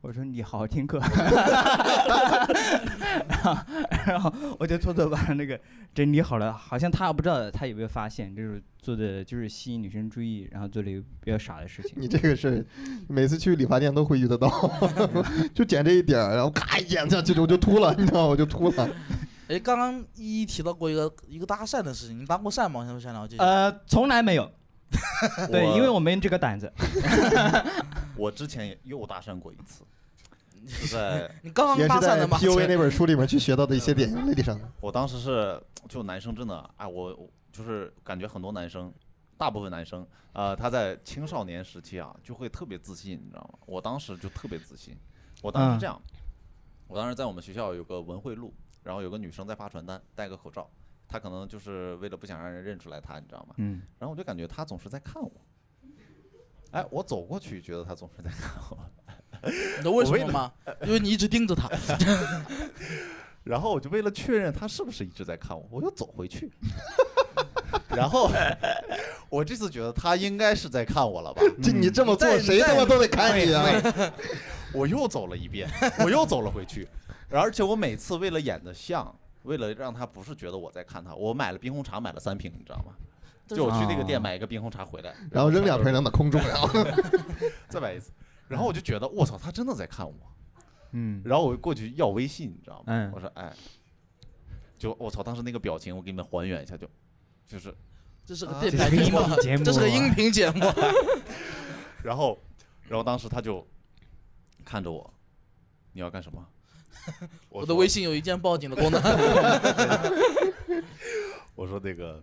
S5: 我说你好好听课，然后然后我就偷偷把那个整理好了，好像他不知道他有没有发现，就是做的就是吸引女生注意，然后做了一个比较傻的 事情。
S6: 你这个是每次去理发店都会遇 得到，就剪这一点儿，然后咔一剪下去我就秃了，你知道吗我就秃 了。
S3: 哎，刚刚依依提到过一个一个搭讪的事情，你搭过讪吗？想不想了解一下？
S5: 呃，从来没有，对，因为我没这个胆子。
S2: 我之前也又搭讪过一次，是在
S3: 你刚
S6: 也
S3: 刚搭
S6: 是
S3: 讪
S6: 在
S3: 的吗？
S6: PUA 那本书里面去学到的一些点，
S2: 嗯
S6: 类似上的。
S2: 我当时是就男生真的哎，我我就是感觉很多男生，大部分男生呃他在青少年时期啊就会特别自信，你知道吗？我当时就特别自信，我当时
S5: 嗯
S2: 这样，我当时在我们学校有个文汇路，然后有个女生在发传单，戴个口罩，她可能就是为了不想让人认出来她，你知道吗？
S5: 嗯，
S2: 然后我就感觉他总是在看我。哎，我走过去，觉得他总是在看我，
S3: 你知道为什
S2: 我为
S3: 么吗？因为你一直盯着他。
S2: 然后我就为了确认他是不是一直在看我，我又走回去。 然后我这次觉得他应该是在看我了吧，嗯
S6: 这你这么做
S3: 在，
S6: 谁他妈
S3: 在
S6: 都得看你啊！
S2: 我又走了一遍，我又走了回去。然后而且我每次为了演的像，为了让他不是觉得我在看他，我买了冰红茶，买了三瓶，你知道吗？就我去那个店买一个冰红茶回来，
S6: 哦然后扔两
S2: 瓶。
S6: 瓶扔到空中，然后
S2: 再买一次。然后我就觉得，我操，他真的在看我。
S5: 嗯
S2: 然后我过去要微信，你知道吗？
S5: 嗯
S2: 我说，哎，就我操，当时那个表情，我给你们还原一下，就就是，
S3: 这是
S2: 啊
S3: 个电
S5: 这
S3: 台
S5: 是个
S3: 节
S5: 音
S3: 目
S5: 频，节目
S3: 这是个
S5: 啊
S3: 音频节目。
S2: 然后，然后当时他就看着我，你要干什么？
S3: 我
S2: 我
S3: 的
S2: 说
S3: 微，信有一键报警的功能。
S2: 我说那个。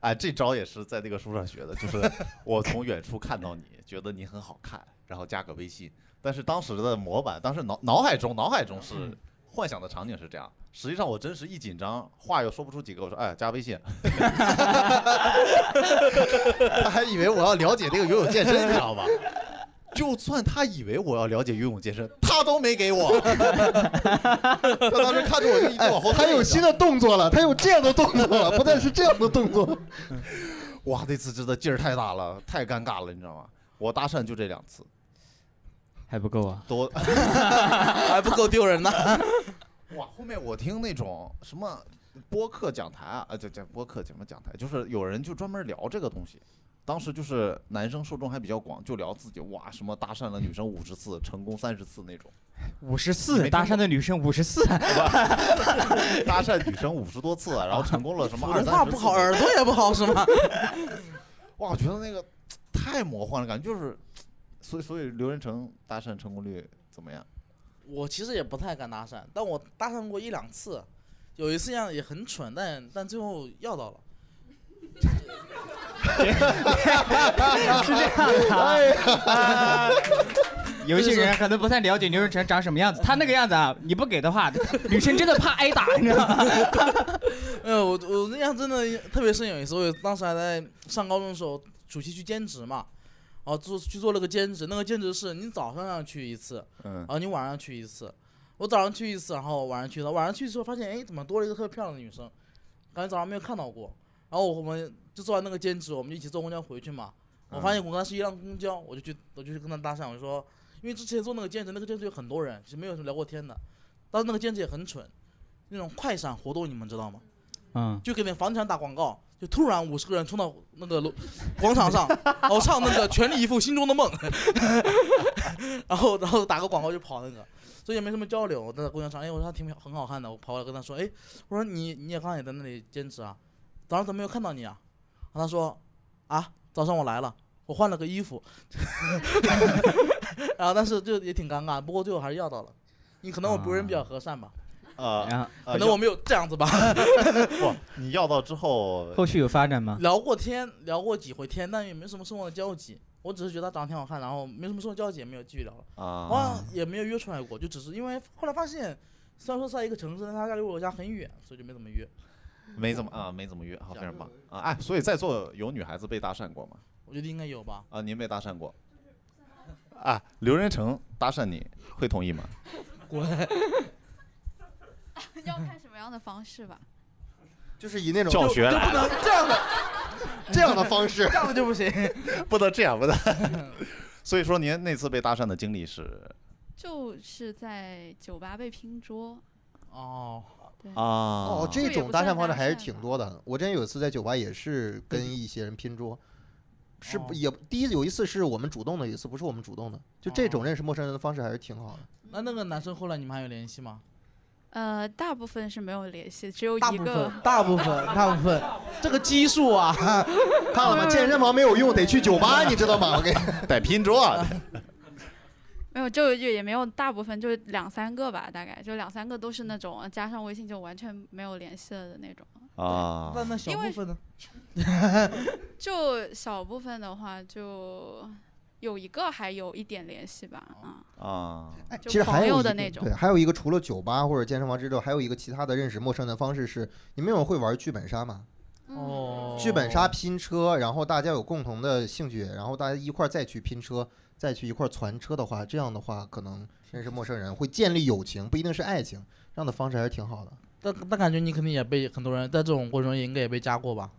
S2: 哎，这招也是在那个书上学的，就是我从远处看到你，觉得你很好看，然后加个微信。但是当时的模板，当时脑脑海中脑海中是幻想的场景是这样，实际上我真实一紧张，话又说不出几个，我说哎加微信，他还以为我要了解那个游泳健身，你知道吗？就算他以为我要了解游泳健身，他都没给 我。他当时看着我就一直往
S6: 哎
S2: 后退，
S6: 他有新的动作了，他有这样的动作了，不再是这样的动作。
S2: 哇，那次真的劲儿太大了，太尴尬了，你知道吗？我搭讪就这两次，
S5: 还不够啊。
S2: 都
S3: 还不够丢人呢。
S2: 哇，后面我听那种什么播客讲台啊，呃，这这播客什么讲台，就是有人就专门聊这个东西。当时就是男生受众还比较广，就聊自己哇什么搭讪了女生五十次，成功三十次那种，
S5: 五十
S2: 你
S5: 四
S2: 没
S5: 搭
S2: 听过
S5: 讪的女生五十四，
S2: 搭讪女生五十多次，啊然后成功了什么
S3: 普通
S2: 二三
S3: 话
S2: 十
S3: 不
S2: 次
S3: 好，耳朵也不好是吗？
S2: 哇，我觉得那个太魔幻了，感觉就是，所以所以刘仁成搭讪成功率怎么样？
S3: 我其实也不太敢搭讪，但我搭讪过一两次，有一次这样也很蠢，但但最后要到了。
S5: 是这样的啊 啊。 有一些人可能不太了解牛润成长什么样子，他那个样子啊，你不给的话，女生真的怕挨打，你知道吗？
S3: 呃，我我那样真的特别深有一次，我有当时还在上高中的时候，暑期去兼职嘛，然后做去做了个兼职，那个兼职是你早上要去一次，
S2: 嗯
S3: 然，啊后你晚上去一次，我早上去一次，然后晚上去一次，晚上去之后发现，哎，怎么多了一个特别漂亮的女生，感觉早上没有看到过，然后我们就做完那个兼职，我们就一起坐公交回去嘛，我发现我跟她是一辆公交，我就去我就去跟她搭讪，我说，因为之前做那个兼职，那个兼职有很多人，其实没有什么聊过天的，但是那个兼职也很蠢，那种快闪活动你们知道吗？
S5: 嗯，
S3: 就给那房地产打广告，就突然五十个人冲到那个楼广场上，然后唱那个《全力以赴心中的梦》，
S2: 哎
S3: 然后然后打个广告就跑那个，所以也没什么交流。在公交上，哎，我说她挺很好看的，我跑过来跟她说，哎，我说你你也刚刚也在那里兼职啊，早上怎么没有看到你啊？然后她说，啊，早上我来了，我换了个衣服， 然后但是就也挺尴尬，不过最后还是要到了。你可能我为人比较和善吧，
S2: 呃，
S5: 然后
S2: 呃
S3: 可能我没有这样子 吧。
S2: 要不你要到之后，
S5: 后续有发展吗？
S3: 聊过天，聊过几回天，但也没什么生活的交集。我只是觉得她长得挺好看，然后没什么生活交集，也没有继续聊了，好
S2: 啊，
S3: 像也没有约出来过，就只是因为后来发现，虽然说是在一个城市，但她家离我家很远，所以就没怎么约。
S2: 没怎么啊，没怎么约，好，非常棒啊！哎，所以在座有女孩子被搭讪过吗？
S3: 我觉得应该有吧，
S2: 啊，您被搭讪过？啊，刘仁成搭讪你会同意吗？
S8: 要看什么样的方 式吧。
S6: 就是以那种
S2: 教学
S3: 就
S2: 来
S3: 不能这 样的，
S6: 这样的方式
S3: 这，样的就不行。
S2: 不能这样， 不能。所以说，您那次被搭讪的经历是
S8: 就是在酒吧被拼桌，
S3: 哦，
S2: 啊
S6: 哦，这
S8: 这也
S6: 种
S8: 不
S6: 搭
S8: 算
S6: 讪方式
S8: 搭
S6: 还是
S8: 讪
S6: 挺
S8: 吧
S6: 多的。我之前有一次在酒吧也是跟一些人拼桌，是不
S3: 哦
S6: 也第一有一次是我们主动的，有一次不是我们主动的。就这
S8: 哦
S6: 种认识陌生人的方式还是挺好的。
S3: 那那个男生后来你们还有联系吗？
S8: 呃，大部分是没有联系，只有
S3: 大
S8: 一
S3: 部
S8: 个
S3: 分，大部分，大部分，这个基数啊，
S6: 看了吗？健身房没有用，得去酒吧，你知 道吗？我跟你
S2: 得拼桌啊，
S8: 没有就就也没有大部分，就两三个吧，大概就两三个都是那种啊加上微信就完全没有联系了的那种。
S2: 啊
S3: 那那小
S8: 因为
S3: 部分呢？
S8: 就小部分的话，就有一个还有一点联系吧，
S6: 哦
S8: 啊，
S2: 啊，
S6: 哎
S8: 就
S6: 其实还
S8: 朋
S6: 有
S8: 友
S6: 一
S8: 的
S6: 个
S8: 那种
S6: 对，还有一个除了酒吧或者健身房之外，还有一个其他的认识陌生人的方式是，你们有人会玩剧本杀吗？
S8: 嗯
S3: 哦，
S6: 剧本杀拼车，然后大家有共同的兴趣，然后大家一块儿再去拼车，再去一块儿攒车的话，这样的话可能认识陌生人会建立友情，不一定是爱情，这样的方式还是挺好的。
S3: 但但感觉你肯定也被很多人在这种过程中应该也被加过吧？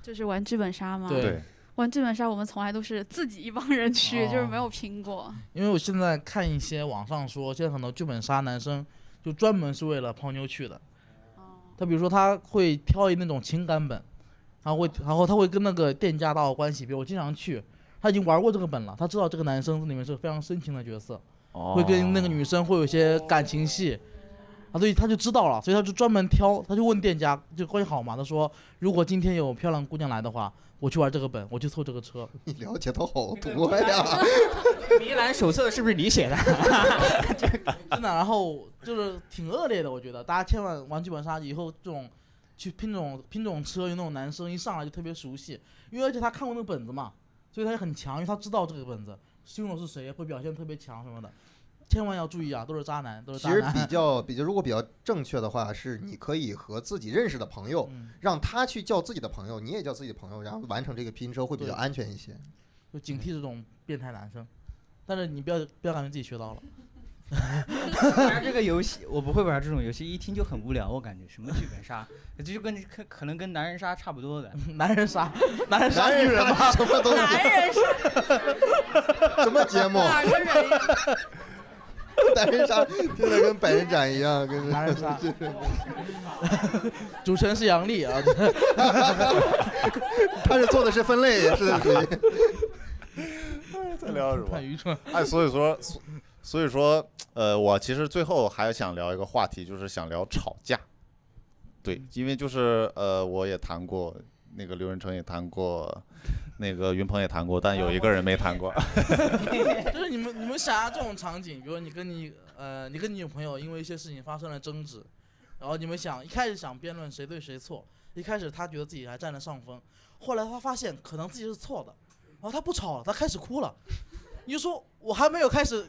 S8: 就是玩剧本杀嘛。
S3: 对
S2: 对，
S8: 玩剧本杀，我们从来都是自己一帮人去，
S3: 哦
S8: 就是没有拼过。
S3: 因为我现在看一些网上说，现在很多剧本杀男生就专门是为了泡妞去的。他比如说他会挑一那种情感本，他会然后他会跟那个店家打好关系，比如我经常去，他已经玩过这个本了，他知道这个男生里面是非常深情的角色， 会
S2: 会
S3: 跟那个女生会有一些感情戏，啊，所以他就知道了，所以他就专门挑，他就问店家就关系好嘛，他说如果今天有漂亮姑娘来的话，我去玩这个本，我去凑这个车，
S6: 你了解的好 多 呀！
S5: 迷兰手册是不是你写的？
S3: 真的，然后就是挺恶劣的，我觉得大家千万玩剧本杀以后这种。去拼这种拼这种车，有那种男生一上来就特别熟悉，因为而且他看过那个本子嘛，所以他也很强，因为他知道这个本子凶手是谁，会表现特别强什么的，千万要注意啊，都是渣男，都是
S6: 其
S3: 渣
S6: 实
S3: 男。
S6: 比较比较，如果比较正确的话，是你可以和自己认识的朋友，
S3: 嗯，
S6: 让他去叫自己的朋友，你也叫自己的朋友，然后完成这个拼车会比较
S3: 对
S6: 安全 一些。
S3: 就警惕这种变态男生，但是你不要不要感觉自己学到了。
S5: 玩这个游戏，我不会玩这种游戏，一听就很无聊，我感觉什么剧本杀， 这就跟可可能跟狼人杀差不多的。
S3: 男人杀，男人杀
S6: 男
S3: 女
S6: 人
S3: 人吧。
S6: 啥什么都
S7: 男人是
S6: 什么节目，
S7: 哪个人？
S6: 男人啥真的跟百人斩一样，跟
S3: 男 人杀
S6: 就是
S3: 主持人是杨笠啊，
S6: 他是做的是分类，也是属于。
S2: 在聊什么
S3: 太？愚蠢了。
S2: 哎，所以说，所所以说，呃，我其实最后还想聊一个话题，就是想聊吵架。对，因为就是呃，我也谈过，那个刘仁成也谈过，那个云鹏也谈过，但有一个人没 谈过。
S3: 就是你们你们想象这种场景，比如你跟你呃你跟你女朋友因为一些事情发生了争执，然后你们想一开始想辩论谁对谁错，一开始她觉得自己还占了上风，后来她发现可能自己是错的，然后她不吵了，她开始哭了，你就说我还没有开始。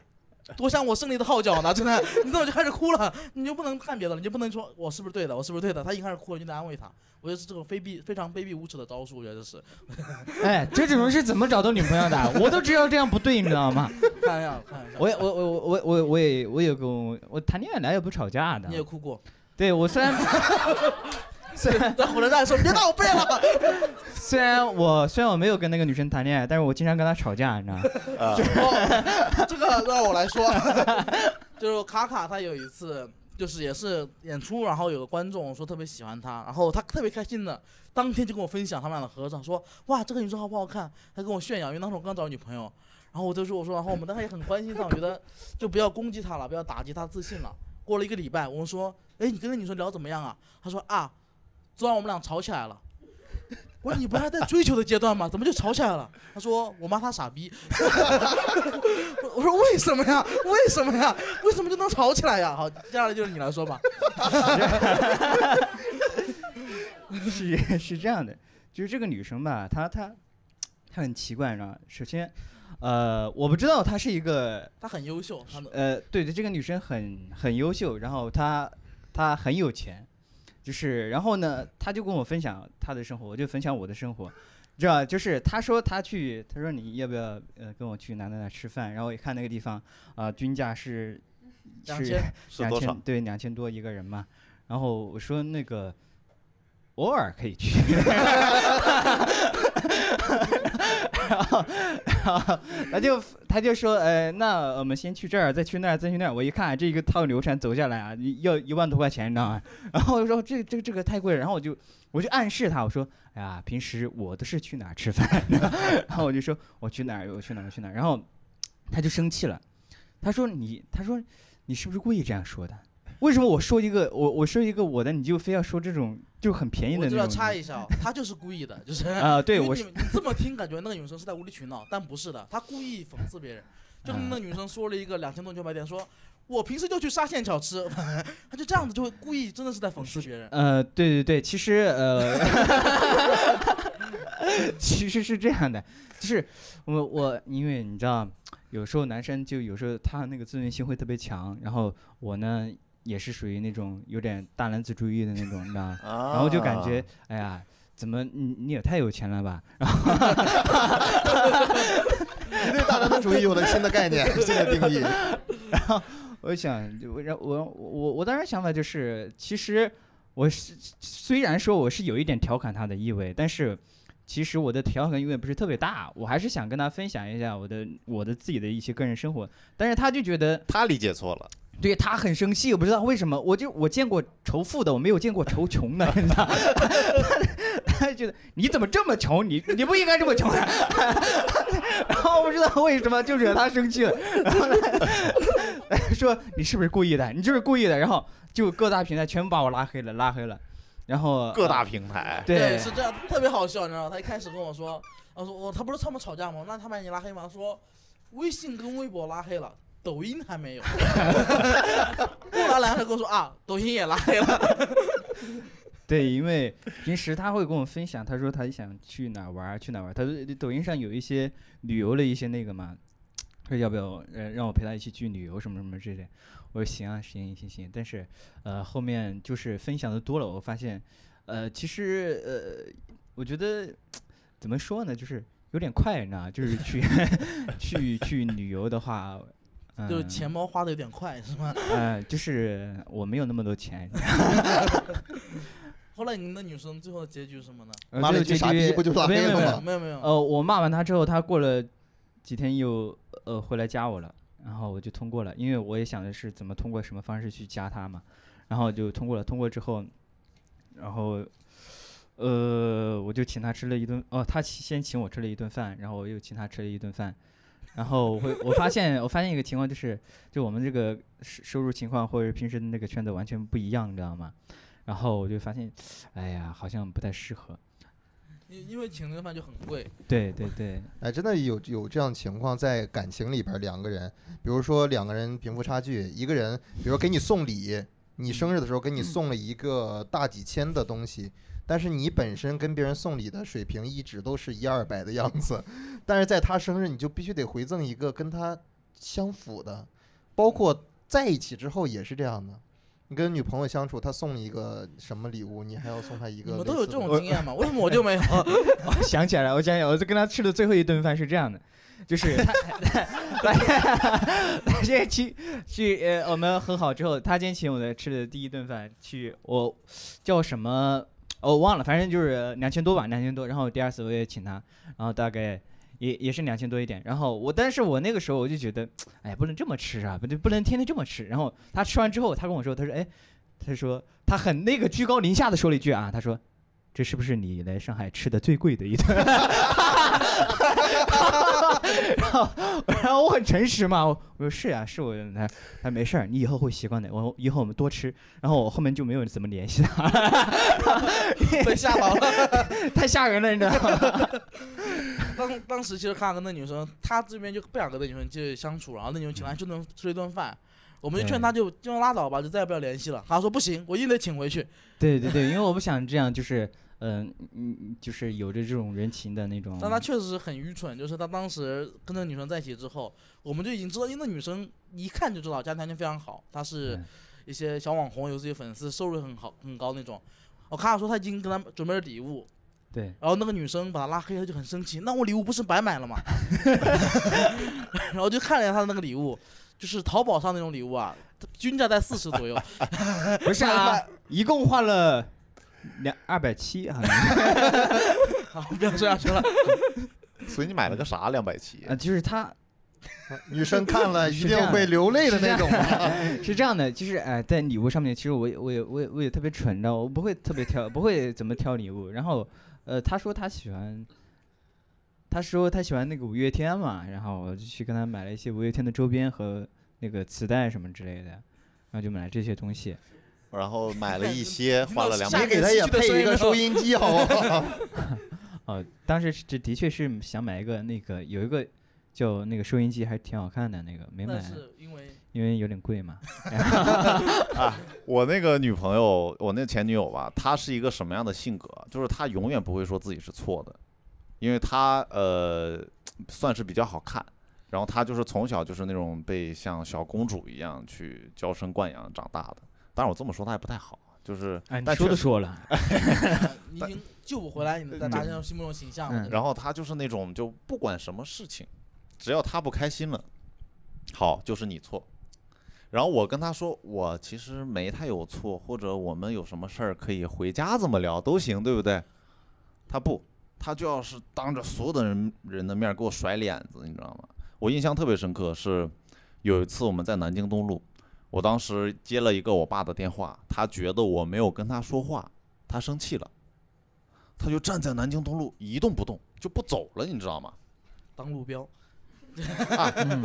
S3: 多想我胜利的号角呢，真的，你怎么就开始哭了？你就不能看别的了，你就不能说我是不是对的，我是不是对的？她一开始哭了，你得安慰她。我觉得是这种卑鄙、非常卑鄙无耻的招数，我觉得这是。
S5: 哎，这种人是怎么找到女朋友的？啊 我都知道这样不对，你知道吗？
S3: 开玩笑，开玩笑。
S5: 我也我我我我我也我也跟我我谈恋爱哪有不吵架的
S3: 你？也哭过，
S5: 对我虽然
S3: 在火车站说别闹背了。
S5: 虽然我虽然我没有跟那个女生谈恋爱，但是我经常跟她吵架，你知道吗？
S2: 啊
S3: 哦，这个让我来说，就是卡卡他有一次就是也是演出，然后有个观众说特别喜欢他，然后他特别开心的，当天就跟我分享他们俩的合照，说哇这个女生好不好看，他跟我炫耀，因为当时我刚找女朋友，然后我就说我说，然后我们当时也很关心他，我觉得就不要攻击他了，不要打击他自信了。过了一个礼拜，我们说，哎，你跟那女生聊怎么样啊？他说啊，昨晚我们俩吵起来了。我说你不是还在追求的阶段吗？怎么就吵起来了？他说我骂他傻逼。 我我说为什么呀？为什么呀？为什么就能吵起来呀？好，接下来就是你来说吧。
S5: 是是这样的，就是这个女生吧，她她她很奇怪，你知道吗？首先，呃，我不知道她是一个
S3: 他很优秀，他的
S5: 呃，对对，这个女生很很优秀，然后她她很有钱，就是然后呢，她就跟我分享她的生活，我就分享我的生活，你知道，就是她说她去，她说你要不要呃跟我去哪哪哪吃饭，然后一看那个地方啊、均价是
S3: 两
S5: 是
S3: 千
S2: 是
S5: 两
S2: 多少
S5: 千？对两千多一个人嘛，然后我说那个偶尔可以去，然后然后他就他就说，呃，那我们先去这儿，再去那儿，再去那儿。我一看这一个套流程走下来啊，你要一万多块钱，你知道吗？然后我就说这这这个太贵了，然后我就我就暗示他，我说，哎呀，平时我都是去哪儿吃饭，然后我就说哎我去哪儿，我去哪儿，我去哪儿，然后他就生气了，他说你，他说你是不是故意这样说的？为什么我说一个我我说一个我的，你就非要说这种就很便宜的
S3: 我
S5: 那
S3: 就
S5: 种？
S3: 要插一下哦，他就是故意的，就是
S5: 啊对
S3: 因为
S5: 我
S3: 你们你这么听感觉那个女生是在无理取闹，但不是的，她故意讽刺别人。就
S5: 啊
S3: 跟那女生说了一个两千多牛排店，说我平时就去沙县小吃， 她就这样子就会故意真的是在讽刺别人。
S5: 呃，对对对，其实呃，其实是这样的，就是我我因为你知道，有时候男生就有时候他那个自尊心会特别强，然后我呢也是属于那种有点大男子主义的那种，你知道吗？然后就感觉哎呀，怎么你你也太有钱了吧？然后
S6: 你对大男子主义有了新的概念、新的定义。
S5: 然后我就想，就我让我我我当时想法就是，其实我是虽然说我是有一点调侃他的意味，但是其实我的调侃意味不是特别大，我还是想跟他分享一下我的我的自己的一些个人生活，但是他就觉得
S2: 他理解错了，
S5: 对他很生气，我不知道为什么，我就我见过仇富的，我没有见过仇穷的，你知道？ 他就觉得你怎么这么穷？你你不应该这么穷啊的。然后不知道为什么就惹他生气了，然后呢哎说你是不是故意的？你就是故意的。然后就各大平台全部把我拉黑了，拉黑了。然后啊
S2: 各大平台
S5: 对
S3: 是这样，特别好笑，你知道吗？他一开始跟我说，他说我他不是他们吵架吗？那他把你拉黑吗？说微信跟微博拉黑了。抖音还没有， 过来来他跟我说啊，抖音也拉黑了。
S5: 对，因为平时他会跟我分享，他说他想去哪儿玩儿，去哪儿玩儿。他说抖音上有一些旅游的一些那个嘛，说要不要呃让我陪他一起去旅游什么什么之类。我说行啊，行行行。但是呃后面就是分享的多了，我发现呃其实呃我觉得怎么说呢，就是有点快，你知道吗，就是去 去去旅游的话。嗯、
S3: 就是钱包花的有点快，是吗？
S5: 呃，就是我没有那么多钱，
S3: 后来你们的女生最后的结局是什么呢？
S5: 呃
S6: 骂
S5: 这
S6: 了一
S5: 个
S6: 句
S5: 结
S6: 傻逼
S5: 局
S6: 不就拉
S5: 没有
S6: 黑
S5: 没有
S6: 了
S5: 没有
S6: 吗
S3: 没有没有，
S5: 呃，我骂完他之后，他过了几天又呃回来加我了，然后我就通过了，因为我也想的是怎么通过什么方式去加他嘛，然后就通过了，通过之后，然后呃我就请他吃了一顿，哦，他请先请我吃了一顿饭，然后我又请他吃了一顿饭。然后我会，我发现，我发现一个情况就是，就我们这个收收入情况或者平时的那个圈子完全不一样，你知道吗？然后我就发现，哎呀，好像不太适合。
S3: 因因为请那个饭就很贵，
S5: 对对对，
S6: 哎，真的有有这样的情况，在感情里边儿，两个人，比如说两个人贫富差距，一个人，比如说给你送礼，你生日的时候给
S3: 嗯
S6: 你送了一个大几千的东西，但是你本身跟别人送礼的水平一直都是一二百的样子，但是在他生日你就必须得回赠一个跟他相符的，包括在一起之后也是这样的。你跟女朋友相处，她送你一个什么礼物，你还要送她一
S3: 你
S6: 个类似的。
S3: 们都有这种经验吗？为什么我就没有？
S5: 我想起来哎了，我想起来，我跟他吃的 最后一顿饭是这样的，就是他他他他今天去去呃，我们和好之后，他今天请我的吃的第一顿饭，去我叫什么哦、我忘了，反正就是两千多吧，两千多。然后第二次我也请他，然后大概。也也是两千多一点，然后我，但是我那个时候我就觉得，哎呀，不能这么吃啊，不对，不能天天这么吃。然后他吃完之后，他跟我说，他说，哎，他说他很那个居高临下的说了一句啊，他说，这是不是你来上海吃的最贵的一顿？然后， 然后我很诚实嘛，我我说是啊，是我来，他没事儿，你以后会习惯的，我以后我们多吃。然后我后面就没有怎么联系他，
S3: 被吓跑了。
S5: 太吓人了，你知道吗？
S3: 当当时其实看跟那女生，她这边就不想跟那女生继续相处，然后那女生请她吃顿吃了一顿饭，我们就劝她就就拉倒吧，就再也不要联系了。她说不行，我硬得请回去。
S5: 对对对，因为我不想这样，就是嗯嗯，就是有着这种人情的那种。
S3: 但她确实很愚蠢，就是她当时跟那女生在一起之后，我们就已经知道，因为那女生一看就知道家庭条件非常好，她是
S5: 嗯
S3: 一些小网红，有自己粉丝，收入很好很高那种。我看她说她已经跟她准备了礼物，
S5: 对
S3: 然后那个女生把他拉黑，他就很生气，那我礼物不是白买了吗？ 然后就看了一下他的那个礼物，就是淘宝上那种礼物啊，均价在四十左右，
S5: 不是啊，一共花了 两二百七，好像。
S3: 啊，不要说下去了。
S2: 所以你买了个啥？两百七？
S5: 啊，就是他
S6: 女生看了一
S5: 是这
S6: 定
S5: 样
S6: 会
S5: 的
S6: 流泪的
S5: 是这
S6: 那
S5: 样
S6: 种啊吗？
S5: 是这样 的，就是哎、在礼物上面，其实我也我也我也我也特别蠢的，我不会特别挑，不会怎么挑礼物。然后，呃，他说他喜欢，他说他喜欢那个五月天嘛，然后我就去跟他买了一些五月天的周边和那个磁带什么之类的，然后就买了这些东 西。
S2: 然后买了一些，花了两
S3: 下
S2: 百
S6: 你
S3: 面
S6: 给他也配一个收音机，好不 好？
S5: 哦，当时是这的确是想买一个那个有一个叫那个收音机，还挺好看的那个，没
S3: 那
S5: 买，
S3: 是因为
S5: 因为有点贵 嘛。
S6: 哎
S2: 啊我那个女朋友，我那前女友吧，她是一个什么样的性格？就是她永远不会说自己是错的，因为她呃算是比较好看，然后她就是从小就是那种被像小公主一样去娇生惯养长大的。当然我这么说她也不太好，就是
S5: 哎，你
S2: 但
S5: 说
S2: 确
S5: 都
S2: 实
S5: 说了，
S3: 呃你已经救不回来你的在大家心目中形象了
S5: 嗯。
S2: 然后她就是那种就不管什么事情，只要她不开心了，好就是你错。然后我跟她说，我其实没太有错，或者我们有什么事儿可以回家怎么聊都行，对不对？她不，她就要是当着所有的人人的面儿给我甩脸子，你知道吗？我印象特别深刻，是有一次我们在南京东路，我当时接了一个我爸的电话，他觉得我没有跟他说话，他生气了。他就站在南京东路一动不动，就不走了，你知道吗？
S3: 当路标，
S2: 啊
S5: 嗯，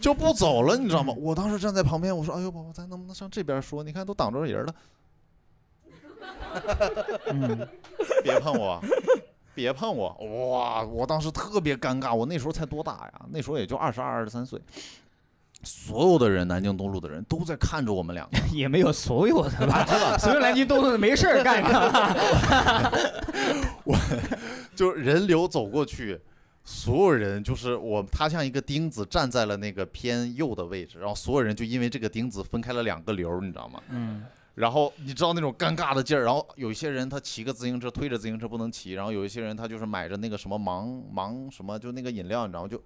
S2: 就不走了，你知道吗？我当时站在旁边，我说：“哎呦，宝宝，咱能不能上这边说？你看都挡着人了，
S5: 嗯
S2: 别碰我，别碰我！”哇，我当时特别尴尬，我那时候才多大呀？那时候也就二十二、二十三岁。所有的人，南京东路的人都在看着我们两个，
S5: 也没有所有的 吧，所有南京东路的没事儿干的。
S2: 就是人流走过去，所有人就是我，他像一个钉子站在了那个偏右的位置，然后所有人就因为这个钉子分开了两个流，你知道吗？
S5: 嗯，
S2: 然后你知道那种尴尬的劲儿，然后有一些人他骑个自行车推着自行车不能骑，然后有一些人他就是买着那个什么芒芒什么就那个饮料，你知道吗？就，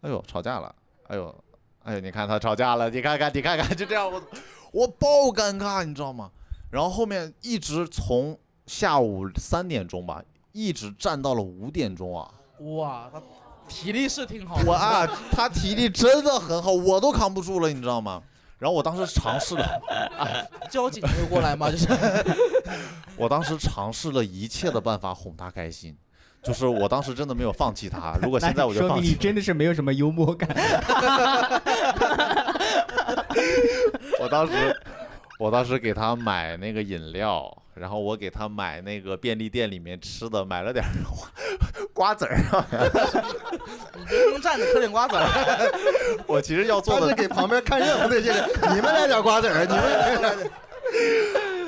S2: 哎呦吵架了，哎呦，哎呦，你看他吵架了，你看看你看看， 就这样我我爆尴尬，你知道吗？然后后面一直从下午三点钟吧，一直站到了五点钟啊，
S3: 哇，他体力是挺好的。
S2: 我啊， 他体力真的很好，我都扛不住了，你知道吗？然后我当时尝试了。
S3: 啊交警没有过来嘛，就是
S2: 我当时尝试了一切的办法哄她开心，就是我当时真的没有放弃她。如果现在我就
S5: 说
S2: 放
S5: 明你
S2: 弃，
S5: 真的是没有什么幽默感。
S2: 我当时，我当时给她买那个饮料，然后我给她买那个便利店里面吃的，买了点儿 瓜瓜 子儿。啊
S3: 你就不能站着嗑点瓜子儿。
S2: 我其实要做
S6: 他是
S2: 的，
S6: 给 旁边看热闹的这些 人，你们来点瓜子 儿，你们来点。
S2: 啊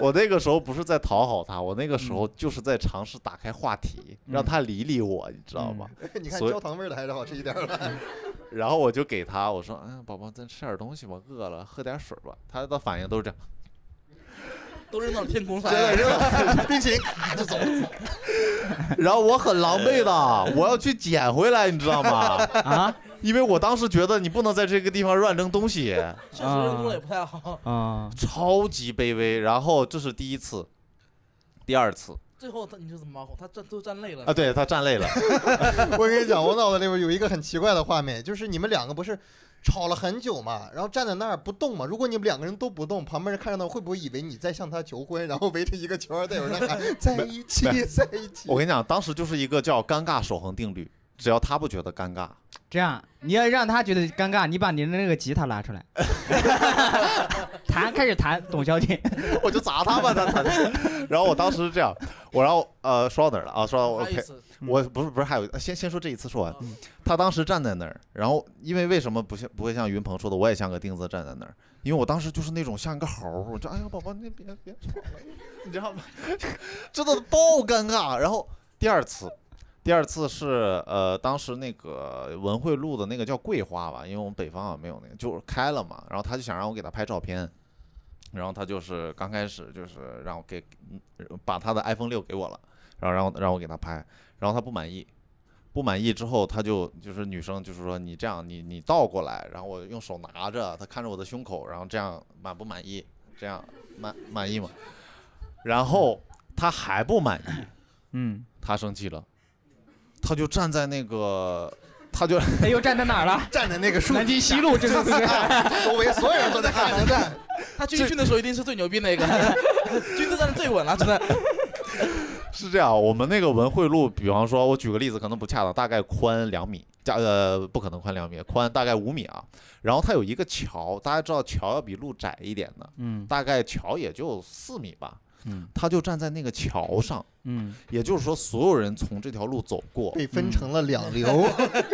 S2: 我那个时候不是在讨好她，我那个时候就是在尝试打开话题，让她理理我，你知道吗？
S6: 嗯 哎你看
S2: 看所以
S6: 焦糖味的还是好吃一点 了。
S2: 然后我就给她，我说：“哎，宝宝，咱吃点东西吧，饿了，喝点水吧。”她的反应都是这样。
S3: 都扔到天空上
S6: 真。的扔冰淇淋，咔就走了。
S2: 然后我很狼狈的，我要去捡回来，你知道吗？
S5: 啊
S2: 因为我当时觉得你不能在这个地方乱扔东西，
S3: 确实扔多了也不太 好。
S5: 啊！
S2: 超级卑微。然后这是第一次，第二次
S3: 最后他你是怎么哄？他站都站累了
S2: 啊，。对他 站累了，
S6: 我跟你讲，我脑子里边有一个很奇怪的画面，就是你们两个不是吵了很久嘛，然后站在那儿不动嘛。如果你们两个人都不动，旁边人看着他会不会以为你在向他求婚，然后围着一个圈儿在有人 喊在一起，在一起
S2: 我。跟你讲，当时就是一个叫尴尬守恒定律，只要他不觉得尴尬，
S5: 这样你要让他觉得尴尬，你把你的那个吉他拉出来， 弹开始弹，董小姐。
S2: 我就砸他吧，他他。然后我当时是这样，我然后呃说到哪儿了啊？说到我
S3: 还有一
S2: 陪
S3: 次，
S2: 我不是不是还有先先说这一次说完
S3: 嗯，
S2: 他当时站在那儿，然后因为为什么不像不会像云鹏说的，我也像个钉子站在那儿，因为我当时就是那种像一个猴儿，我就哎呀宝宝你别别吵了，你知道吗？真的爆尴尬。然后 第二次，第二次是呃当时那个文汇路的那个叫桂花吧，因为我们北方啊没有那个，就是开了嘛，然后他就想让我给他拍照片。然后他就是刚开始就是让我给嗯把他的 iPhone 六给我了，然后让我让我给他拍，然后他不满意，不满意之后，他就就是女生就是说你这样，你你倒过来，然后我用手拿着，他看着我的胸口，然后这样满不满意？这样满满意吗？然后他还不满意，
S5: 嗯，
S2: 他生气了，他就站在那个，他就
S5: 哎呦，站在哪儿 了？
S6: 站在那个树
S5: 南京西路这是
S6: 周围所有人都在看 着站。
S3: 他军训的时候一定是最牛逼那个，军队站的最稳了，真的。
S2: 是这样，我们那个文汇路，比方说，我举个例子，可能不恰当，大概宽两米，加呃不可能宽两米，宽大概五米啊。然后它有一个桥，大家知道桥要比路窄一点的，
S5: 嗯
S2: 大概桥也就四米吧。
S5: 嗯
S2: 他就站在那个桥上，
S5: 嗯，
S2: 也就是说，所有人从这条路走过，
S6: 被分成了两流，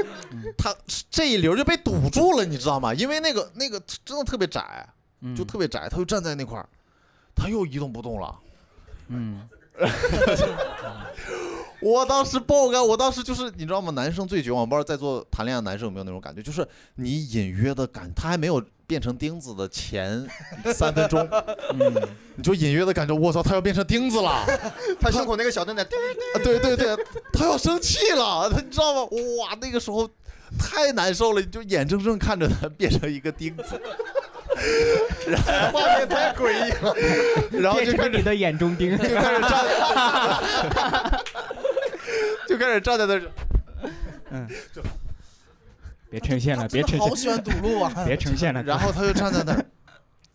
S2: 他这一溜就被堵住了，你知道吗？因为那个那个真的特别窄，
S5: 嗯
S2: 就特别窄，他就站在那块儿，他又一动不动了。
S5: 嗯
S2: 我当时爆肝，我当时就是你知道吗？男生最绝望，我不知道在座谈恋爱的男生有没有那种感觉，就是你隐约的感，他还没有变成钉子的前三分钟，
S5: 嗯，
S2: 你就隐约的感觉，我操，他要变成钉子了，啊
S6: 他胸口那个小灯 在，
S2: 对对对，他要生气了， 他你知道吗？哇，那个时候太难受了，你就眼睁睁看着他变成一个 钉子，
S6: 画面太诡异了。
S2: 然后就
S5: 变
S2: 开
S5: 成
S2: 始
S5: 你的眼中钉。
S2: 就开始站在， 就开始站在那儿，
S5: 嗯
S2: 嗯
S5: 别呈现了，别呈
S3: 好
S5: 现，
S3: 喜欢堵路啊！
S5: 别呈现了。
S2: 然后他就站在那儿，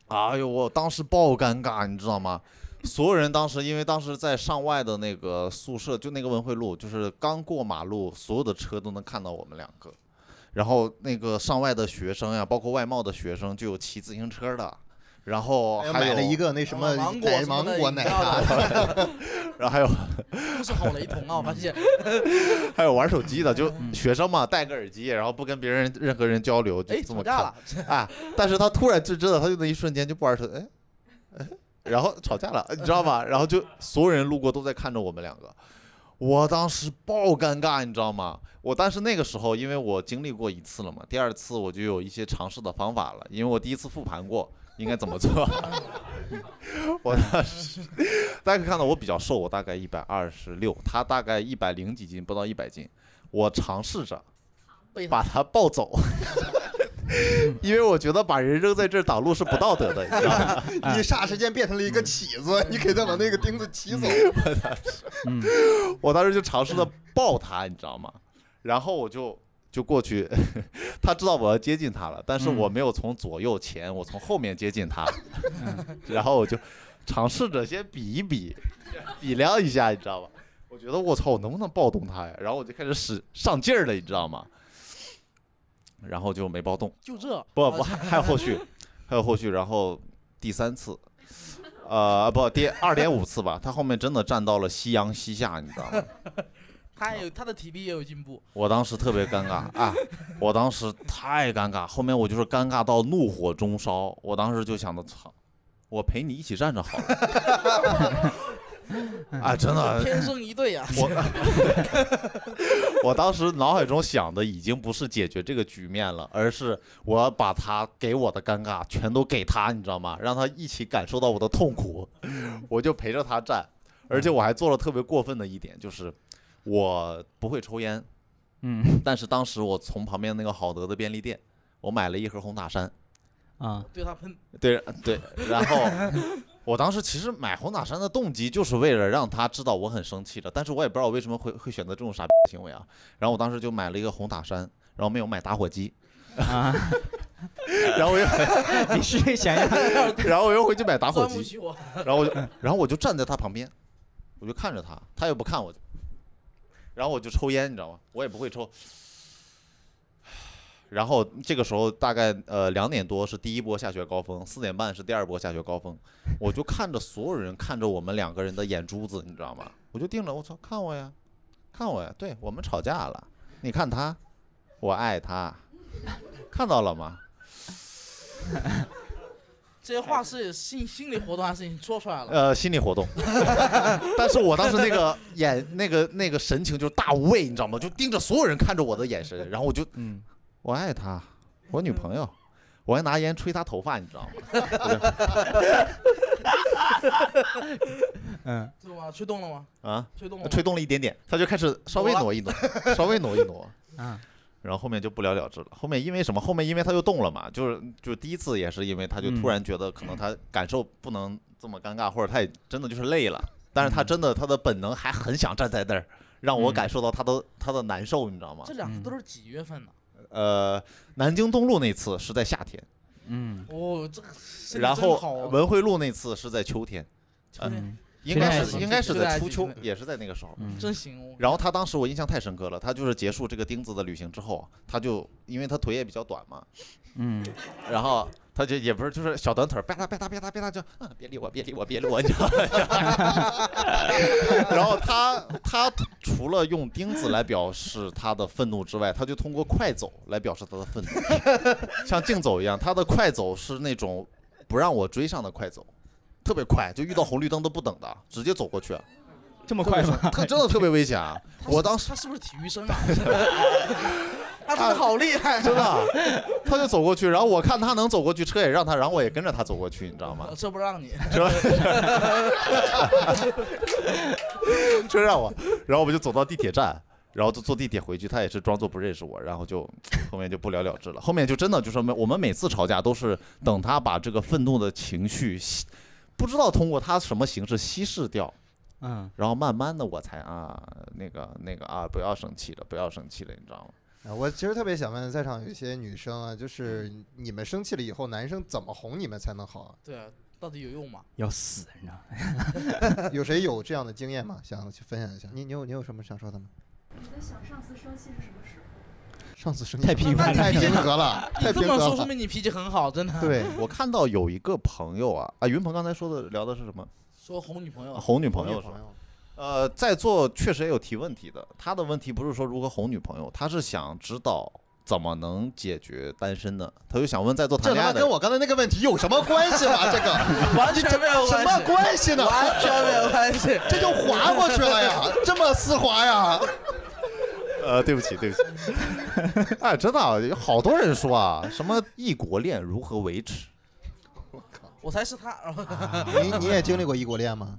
S2: 哎呦，我当时爆尴尬，你知道吗？所有人当时因为当时在上外的那个宿舍，就那个文汇路，就是刚过马路，所有的车都能看到我们两个。然后那个上外的学生呀，包括外贸的学生，就有骑自行车的，然后 还有
S6: 买了一，个那什么
S3: 芒果
S6: 奶
S3: 什么的
S6: 芒果奶
S3: 饮料
S6: 茶，
S2: 然后还有
S3: 故事好雷同啊！我发现， 嗯
S2: 还有玩手机的，就学生嘛，戴个耳机，然后不跟别人任何人交流，就
S3: 哎，
S2: 这么
S3: 吵
S2: 看
S3: 架。了，
S2: 啊，但是他突然就知道，他就那一瞬间就不玩手，哎，哎然后吵架了，你知道吗？然后就所有人路过都在看着我们两个，我当时爆尴尬，你知道吗？我但是那个时候，因为我经历过一次了嘛，第二次我就有一些尝试的方法了，因为我第一次复盘过应该怎么做。 我当时大家可以看到我比较瘦，我大概一百二十六，他大概一百零几斤，不到一百斤。我尝试着
S3: 被他
S2: 把他抱走，因为我觉得把人扔在这儿挡路是不道德的，你 知道 吗？
S6: 你霎时间变哎成了一个起子，你给他把那个钉子起走。
S5: 嗯
S2: 我当时就尝试的抱他，你知道吗？然后我就就过去， 他知道我要接近他了，但是我没有从左右前，我从后面接近他， 然后我就尝试着先比一比，比量一下，你知道吧？我觉得我操，我能不能抱动他呀？然后我就开始使上劲儿了，你知道吗？然后就没抱动。
S3: 就哦这
S2: 不不，还还有后续，还有后续，然后第三次，呃，不，第二点五次吧，他后面真的站到了夕阳西下，你知道吗？
S3: 他有他的体力也有进步，
S2: 我当时特别尴尬啊，我当时太尴尬，后面我就是尴尬到怒火中烧，我当时就想着，操，我陪你一起站着好了， 啊，真的，
S3: 天生一对啊呀！
S2: 我我当时脑海中想的已经不是解决这个局面了，而是我要把他给我的尴尬全都给他，你知道吗？让他一起感受到我的痛苦，我就陪着他站，而且我还做了特别过分的一点，就是我不会抽烟，
S5: 嗯
S2: 但是当时我从旁边那个好德的便利店，我买了一盒红塔山，
S5: 啊，
S3: 对他喷，
S2: 对对，然后我当时其实买红塔山的动机就是为了让他知道我很生气了，但是我也不知道我为什么会会选择这种傻逼行为啊。然后我当时就买了一个红塔山，然后没有买打火机，
S5: 啊，
S2: 然后我又
S5: 你是想 要
S2: 然后我又回去买打火
S3: 钻木
S2: 机，
S3: 取火，
S2: 然后我就然后我就站在他旁边，我就看着他，他也不看我，然后我就抽烟，你知道吗？我也不会抽。然后这个时候大概呃两点多是第一波下雪高峰，四点半是第二波下雪高峰，我就看着所有人看着我们两个人的眼珠子，你知道吗？我就定了，我操，看我呀，看我呀，对我们吵架了，你看他，我爱他，看到了吗？
S3: 这些话是心心理活动还是已经说出来了？
S2: 呃，心理活 动， 但是我当时那个眼那个那个神情就是大无畏，你知道吗？就盯着所有人看着我的眼神，然后我就
S5: 嗯
S2: 我爱她，我女朋友，我还拿烟吹她头发，你知道吗？
S5: 嗯
S3: 对吗？吹动了吗？
S2: 啊，
S3: 吹动了吗，啊
S2: 吹动了一点点，她就开始稍微 挪一挪，稍微挪一挪，
S5: 啊
S2: 然后后面就不了了之了。后面因为什么？后面因为她就动了嘛，就是就是第一次也是因为她就
S5: 嗯
S2: 突然觉得可能她感受不能这么尴尬，或者她也真的就是累了，但是她真的她的本能还很想站在那儿。让我
S5: 嗯
S2: 感受到他的他的难受，你知道吗
S3: 这？两
S5: 嗯
S3: 个都是几月份呢？
S2: 呃，南京东路那次是在夏天，
S5: 嗯，
S3: 哦，这个身体
S2: 然
S3: 真好
S2: 后
S3: 啊
S2: 文汇路那次是在秋天，
S3: 秋天
S2: 应该
S5: 秋
S2: 是
S5: 天
S2: 应该是在初
S3: 秋
S2: 秋
S3: 天，
S2: 也是在那个时候。
S5: 嗯
S3: 真行哦，
S2: 然后他当时我印象太深刻了，他就是结束这个钉子的旅行之后，啊他就因为他腿也比较短嘛，
S5: 嗯，
S2: 然后他就也不是就是小短腿儿，吧嗒吧嗒吧嗒吧嗒就，嗯，别理我，别理我，别理我，你知道吗？ 然后他他除了用钉子来表示他的愤怒之外，他就通过快走来表示他的愤怒， 像竞走一样，他的快走是那种不让我追上的快走，特别快，就遇到红绿灯都不等的，直接走过去，
S5: 这么快吗？
S2: 他真的特别危险啊！我当时
S3: 他是不是体育生啊？ 他真的好厉害，啊
S2: 啊真的，他就走过去，然后我看他能走过去，车也让他，然后我也跟着他走过去，你知道吗？
S3: 呃这不让 你，
S2: 车让我，然后我们就走到地铁站，然后就坐地铁回去，他也是装作不认识我，然后就后面就不了了之了。后面就真的就是没我们每次吵架都是等他把这个愤怒的情绪稀，不知道通过他什么形式稀释掉，
S5: 嗯，
S2: 然后慢慢的我才啊那个那个啊不要生气了，不要生气了，你知道吗？
S6: 啊，我其实特别想问在场有一些女生啊，就是你们生气了以后，男生怎么哄你们才能好啊？
S3: 对啊，到底有用吗？
S5: 要死，你知道吗？
S6: 有谁有这样的经验吗？想去分享一下？你你有你有什么想说的吗？
S9: 你在想上次生气是什么时候？
S6: 上次生气
S5: 太频繁了
S6: 太平和了，
S3: 你
S6: 太
S3: 这
S6: 平
S3: 么
S6: 和
S3: 说，说
S6: 了。
S3: 明你脾气很好，真的。，
S6: 对，
S2: 我看到有一个朋友啊啊，云鹏刚才说的聊的是什么？
S3: 说哄女朋友，
S2: 哄女朋
S6: 女
S2: 友是吧
S6: 朋？友，
S2: 呃，在座确实也有提问题的，他的问题不是说如何哄女朋友，他是想知道怎么能解决单身的，他就想问在座谈
S6: 这
S2: 恋
S6: 他妈
S2: 爱的
S6: 跟
S2: 人，
S6: 我刚才那个问题有什么关系吗？这个
S3: 完全没有
S6: 什
S3: 关
S6: 么
S3: 系，
S6: 关系呢？
S3: 完全没有关系。
S6: 这就划过去了 呀，这么丝滑呀？
S2: 呃，对不起，对不起， 哎，真的啊有好多人说啊，什么异国恋如何维持？
S3: 我才是他
S6: 你你 也经历过异国恋吗？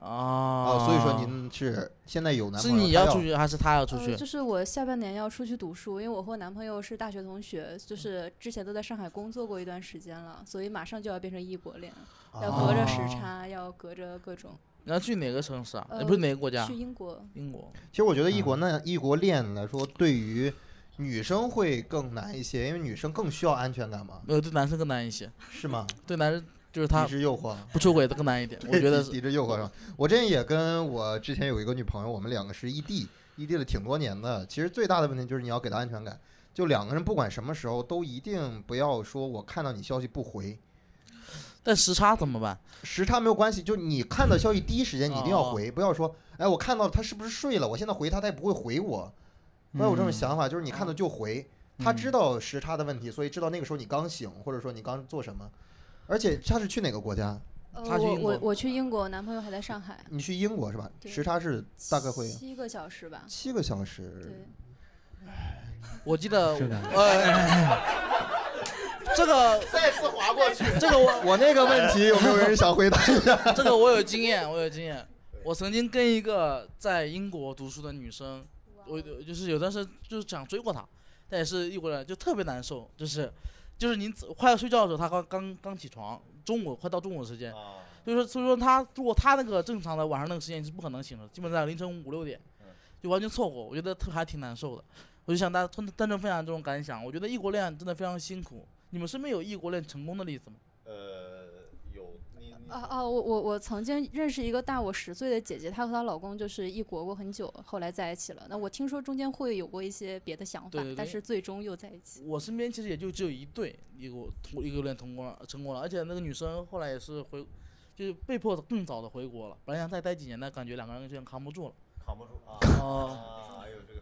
S3: 啊
S6: 啊，所以说您是现在有男
S3: 是
S6: 朋友？
S3: 你
S6: 他
S3: 要出去还是他要出
S9: 呃，
S3: 去？
S9: 就是我下半年要出去读书，因为我和男朋友是大学同学，
S3: 嗯
S9: 就是之前都在上海工作过一段时间了，所以马上就要变成异国恋，要隔着
S3: 啊
S9: 时差，要隔着各种。
S3: 你要去哪个城市啊？
S9: 呃
S3: 也不是哪个国家
S9: 去，英国，
S3: 英国。
S6: 其实我觉得异国那异国恋来说，对于女生会更难一些，因为女生更需要安全感嘛，
S3: 没有，对男生更难一些，
S6: 是吗？
S3: 对男生就是他
S6: 抵制诱惑，啊
S3: 不出轨的更难一点。我觉得
S6: 抵
S3: 是
S6: 抵制诱惑上。我之前也跟我之前有一个女朋友，我们两个是异地，异地了挺多年的。其实最大的问题就是你要给她安全感，就两个人不管什么时候都一定不要说我看到你消息不回，
S3: 但时差怎么办？哦
S6: 时差没有关系，就你看到消息第一时间你一定要回，不要说，哎，我看到了他是不是睡了？我现在回他，他也不会回我。不要有
S3: 嗯
S6: 这种想法，就是你看到就回。他知道时差的问题，所以知道那个时候你刚醒，或者说你刚做什么。而且他是去哪个国家？
S9: 呃，
S3: 他去
S9: 我
S3: 英
S9: 我
S3: 国
S9: 我去英国，男朋友还在上海，
S6: 你去英国是吧？
S9: 对
S6: 时差是大概会
S9: 七个小时吧。
S6: 七个小时。
S9: 对，
S3: 嗯我记得
S5: 是的，
S3: 呃， 这个
S6: 再次划过去。
S3: 这个我
S6: 我那个问题有没有人想回答一下？
S3: 这个我有经验，我有经验。我曾经跟一个在英国读书的女生，我我就是有段时间就是想追过她，但也是异国人，就特别难受，就是就是您快要睡觉的时候，她刚刚刚起床，中午快到中午的时间，
S2: 啊
S3: 所以说所以说她如果她那个正常的晚上那个时间是不可能醒的，基本在凌晨五六点，
S2: 嗯
S3: 就完全错过，我觉得特还挺难受的。我就想大家单单纯分享这种感想，我觉得异国恋真的非常辛苦。你们身边有异国恋成功的例子吗？
S2: 呃，有你
S9: 哦哦，我我我曾经认识一个大我十岁的姐姐，她和她老公就是异国过很久，后来在一起了。那我听说中间会有过一些别的想法，
S3: 对对对
S9: 但是最终又在一起。
S3: 我身边其实也就只有一对一个同一个恋成功了，成功了，而且那个女生后来也是回，就是被迫更早的回国了，本来想再待几年，但感觉两个人有点扛不住了。
S2: 扛不住啊！哎
S3: 哦、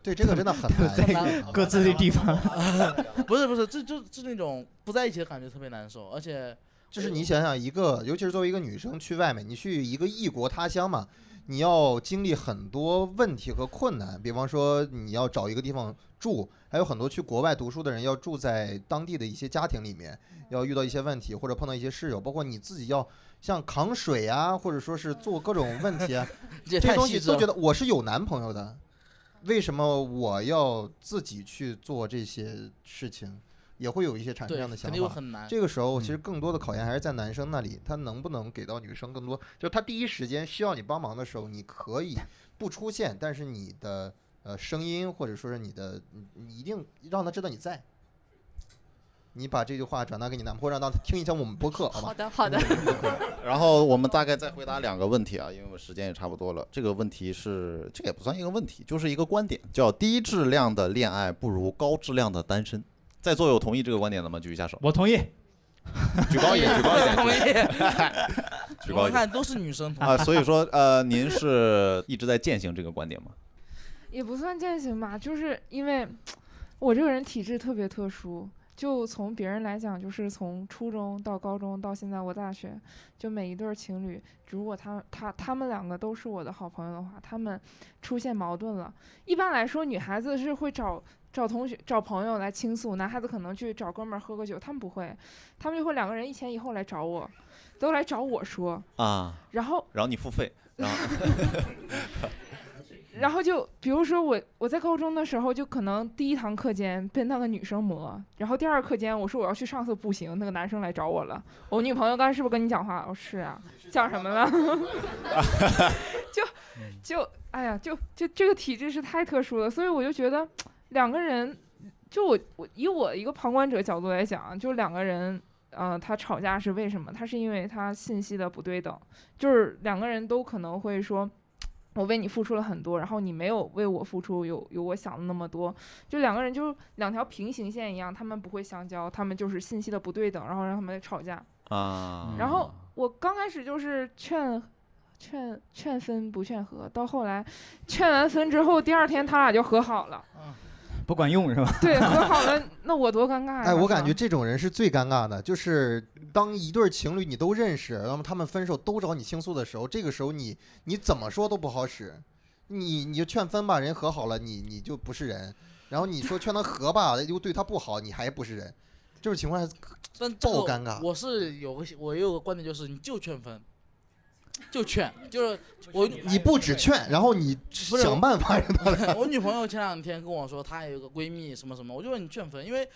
S6: 对，这个真的很 难。
S5: 各自的地方，
S2: 啊
S3: 不是不是，这就就那种不在一起的感觉特别难受，而且呃
S6: 就是你想想，一个尤其是作为一个女生去外面，你去一个异国他乡嘛，你要经历很多问题和困难，比方说你要找一个地方住，还有很多去国外读书的人要住在当地的一些家庭里面，要遇到一些问题或者碰到一些室友，包括你自己要像扛水啊，或者说是做各种问题啊，
S3: 这也
S6: 这些
S3: 太
S6: 东
S3: 细
S6: 西
S3: 致
S6: 都
S3: 了
S6: 觉。得我是有男朋友的，为什么我要自己去做这些事情？也会有一些产生这样的
S3: 对
S6: 想
S3: 肯定会
S6: 法。
S3: 很难
S6: 这个时
S5: 嗯
S6: 候其实更多的考验还是在男生那里，他能不能给到女生更多？就是他第一时间需要你帮忙的时候，你可以不出现，但是你的呃声音或者说是你的，你你一定让他知道你在。你把这句话转达给你男朋友，让他听一下我们播客，好吗？
S8: 好的，好的。
S2: 然后我们大概再回答两个问题啊，因为我时间也差不多了。这个问题是，这个也不算一个问题，就是一个观点，叫低质量的恋爱不如高质量的单身。在座有同意这个观点的吗？举一下手。
S5: 我同意。
S2: 举高一点，举高一点，
S3: 同意。
S2: 举高
S3: 我
S2: 一点。
S3: 看都是女生同
S2: 啊，所以说，呃，您是一直在践行这个观点吗？
S10: 也不算践行吧，就是因为我这个人体质特别特殊，就从别人来讲，就是从初中到高中到现在我大学，就每一对儿情侣，如果他他他们两个都是我的好朋友的话，他们出现矛盾了，一般来说女孩子是会找。找同学、找朋友来倾诉，男孩子可能去找哥们儿喝个酒，他们不会，他们就会两个人一前一后来找我，都来找我说，
S2: 啊，
S10: 然后
S2: 然后你付费，然后
S10: 然后就比如说我我在高中的时候，就可能第一堂课间被那个女生磨，然后第二课间我说我要去上厕不行，那个男生来找我了，我女朋友刚才是不是跟你讲话？我、是啊，讲什么了？ 就就哎呀，就就这个体质是太特殊了，所以我就觉得两个人，就我我以我一个旁观者角度来讲，啊就两个人。呃，他吵架是为什么？他是因为他信息的不对等，就是两个人都可能会说，我为你付出了很多，然后你没有为我付出有有我想的那么多，就两个人就两条平行线一样，他们不会相交，他们就是信息的不对等，然后让他们吵架。
S2: 啊，
S10: 然后我刚开始就是劝劝劝分不劝和，到后来劝完分之后，第二天他俩就和好了。
S5: 不管用是吧？
S10: 对，和好了，那我多尴尬呀！
S6: 哎，我感
S10: 是吧
S6: 觉这种人是最尴尬的，就是当一对儿情侣你都认识，那么他们分手都找你倾诉的时候，这个时候你你怎么说都不好使，你你就劝分吧，人和好了，你你就不是人，然后你说劝他和吧， 又对他不好，你还不是人，这种情况下
S3: 但这
S6: 爆
S3: 个
S6: 尴尬
S3: 我是有个我有个观点，就是你就劝分，就劝，就是我
S6: 你不止劝，然后你
S3: 不是
S6: 想办法让他来。
S3: 我女朋友前两天跟我说，她有个闺蜜什么什么，我就问你劝分，因为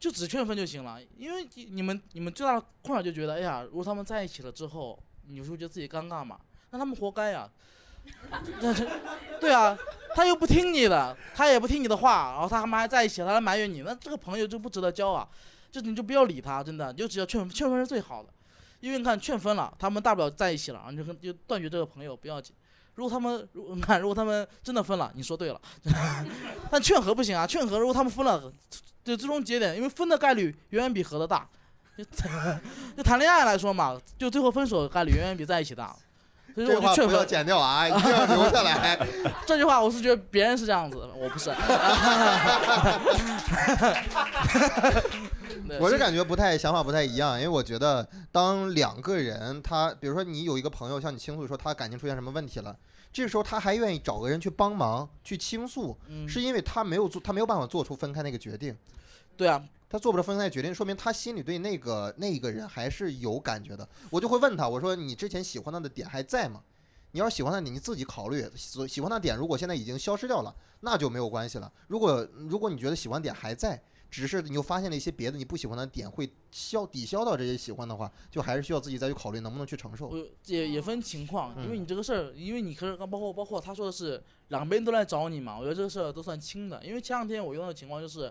S3: 就只劝分就行了，因为你你们你们最大的困扰就觉得，哎呀，如果他们在一起了之后，你会觉得自己尴尬嘛？那他们活该啊呀、但是， 对啊，他又不听你的，他也不听你的话，然后他们还在一起，他还埋怨你，那这个朋友就不值得交啊！就你就不要理他，真的，你就只要劝劝分是最好的，因为你看劝分了，他们大不了在一起了，然后你就跟就断绝这个朋友不要紧。如果他们如果 如果他们真的分了，你说对了，但劝和不行啊，劝和如果他们分了，就最终节点，因为分的概率远远比和的大。就 就谈恋爱来说嘛，就最后分手的概率远远比在一起大，所以
S6: 这
S3: 说我
S6: 话
S3: 就劝
S6: 不要
S3: 分。
S6: 剪掉啊，一定要留下来。
S3: 这句话我是觉得别人是这样子，我不是。 对
S6: 我是感觉不太想法不太一样，因为我觉得当两个人他，比如说你有一个朋友向你倾诉说他感情出现什么问题了，这个时候他还愿意找个人去帮忙去倾诉，
S3: 嗯
S6: 是因为他没有做，他没有办法做出分开那个决定，
S3: 对啊，
S6: 他做不了分开的决定，说明他心里对那个那一个人还是有感觉的。我就会问他，我说你之前喜欢他的点还在吗？你要是喜欢他点，你自己考虑。所喜欢他点，如果现在已经消失掉了，那就没有关系了。如果如果你觉得喜欢点还在，只是你又发现了一些别的你不喜欢的点，会消抵消到这些喜欢的话，就还是需要自己再去考虑能不能去 承受。
S3: 我也也分情况，因为你这个事儿，因为你可是包括包括他说的是两边都来找你嘛，我觉得这个事儿都算轻的。因为前两天我遇到的情况就是，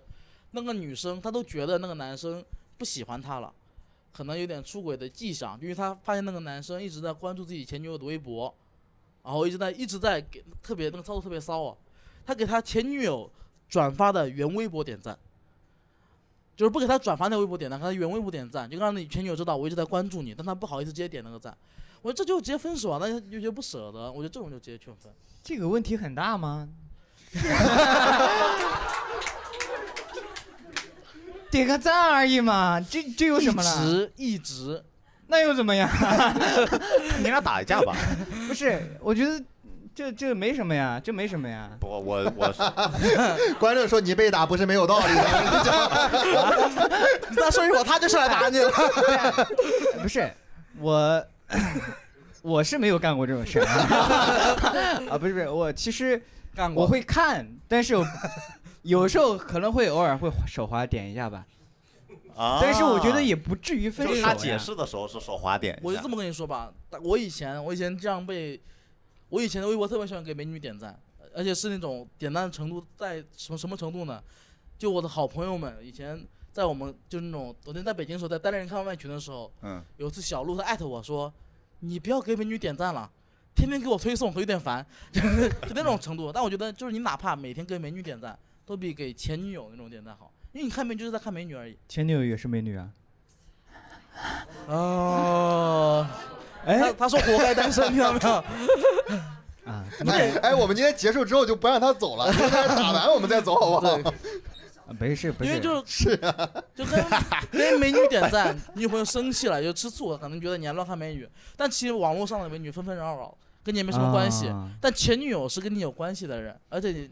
S3: 那个女生她都觉得那个男生不喜欢她了，可能有点出轨的迹象，因为她发现那个男生一直在关注自己前女友的微博，然后一直在一直在给特别那个操作特别骚啊，他给他前女友转发的原微博点赞。就是不给他转发那个微博点赞，给他原微博点赞，就让你前女友知道我一直在关注你，但他不好意思直接点那个赞。我说这就直接分手啊，那就就觉得不舍得，我觉得这种就直接劝 分。
S5: 这个问题很大吗？点个赞而已嘛，这这有什么了？
S3: 一直一直，
S5: 那又怎么样？
S2: 你俩打一架吧。
S5: 不是，我觉得这这没什么呀，这没什么呀。
S2: 我我 我是，
S6: 观众说你被打不是没有道理的，
S3: 你再说一会儿他就是来打你了。
S5: 不
S6: 哎
S5: 是我，我是没有干过这种事儿 啊啊！不是不是，我其实
S3: 干过，
S5: 我会看，但是我有时候可能会偶尔会手滑点一下吧。
S2: 啊
S5: 但是我觉得也不至于分
S2: 就
S5: 手
S2: 是
S5: 呀。
S2: 他解释的时候是手滑点一下，
S3: 我就这么跟你说吧，大我以前我以前这样被，我以前的微博特别喜欢给美女点赞，呃而且是那种点赞程度在什么什么程度呢？就我的好朋友们以前在我们就那种我那在北京的时候，在单立人看外群的时候，
S2: 嗯，
S3: 有次小鹿他艾特我说，你不要给美女点赞了。天天给我推送，有点烦， 就是就那种程度。但我觉得，就是你哪怕每天给美女点赞，都比给前女友那种点赞好，因为你看美女就是在看美女而已。
S5: 前女友也是美女啊。
S3: 哦，
S5: 哎
S3: 他他说活该单身，听到没有？
S5: 啊，
S6: 哎哎，我们今天结束之后就不让他 走了，就在这打完我们再走，好不好？
S5: 没事， 不
S3: 因为
S5: 是，
S3: 就是
S6: 啊，
S3: 就跟跟美女点赞，女朋友生气了就吃醋，可能觉得你还乱看美女，但其实网络上的美女纷纷扰扰，跟你也没什么关系。
S5: 啊
S3: 但前女友是跟你有关系的人，而且你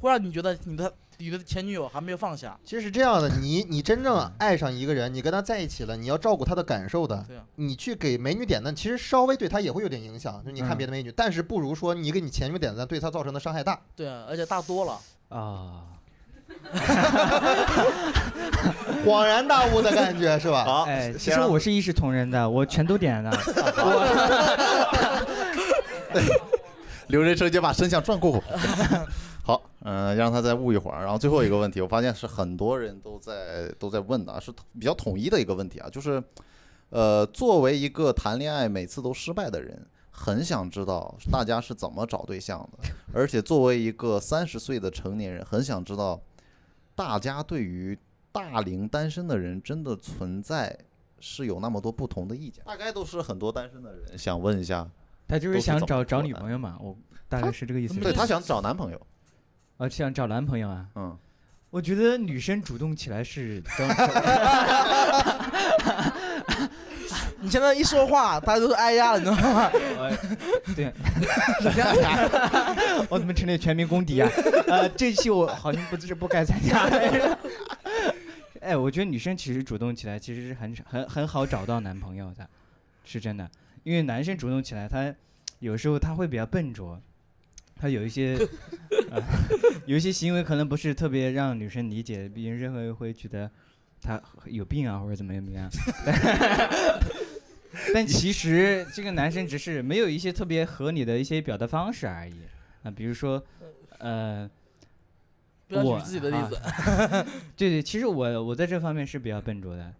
S3: 会让你觉得你的你的前女友还没有放下。
S6: 其实是这样的，你你真正
S3: 嗯
S6: 爱上一个人，你跟他在一起了，你要照顾他的感受的
S3: 对啊。
S6: 你去给美女点赞，其实稍微对他也会有点影响，就是你
S3: 嗯
S6: 看别的美女，但是不如说你给你前女友点赞对他造成的伤 害大。
S3: 对啊，而且大多了。
S5: 啊，
S6: 恍然大悟 的感觉是吧？啊
S2: 好，
S5: 哎，其
S2: 先
S5: 实
S2: 让
S5: 我是一视同仁的，我全都点了。
S2: 刘仁直接把身向转过。 好，嗯、让他再悟一会儿。然后最后一个问题，我发现是很多人都在都在问的啊，是比较统一的一个问题啊，就是，呃，作为一个谈恋爱每次都失败的人，很想知道大家是怎么找对象的， 而且作为一个三十岁的成年人，很想知道大家对于大龄单身的人真的存在是有那么多不同的意见，大概都是很多单身的人想问一下，
S5: 他就
S2: 都
S5: 是
S2: 是
S5: 想
S2: 怎么
S5: 找找
S2: 做
S5: 女
S2: 的
S5: 朋友嘛，我大概是这个
S3: 嗯
S5: 意思。
S2: 对他想找男朋友，
S5: 啊，想找男朋友啊。
S2: 嗯。
S5: 我觉得女生主动起来是真，
S3: 你现在一说话，大家都是哎呀了，你知道吗？
S5: 对， 我怎么成了全民公敌啊？呃，这期我好像不是不该参加。哎，我觉得女生其实主动起来其实是很很很好找到男朋友的，是真的。因为男生主动起来，他有时候他会比较笨拙，他有一些、 呃、有一些行为可能不是特别让女生理解，别人认为会觉得他有病啊或者怎么样怎么样。 但其实这个男生只是没有一些特别合理的一些表达方式而已啊、比如说，呃，
S3: 嗯不要
S5: 我啊
S3: 举自己的例 子。
S5: 对对，其实我我在这方面是比较笨拙的，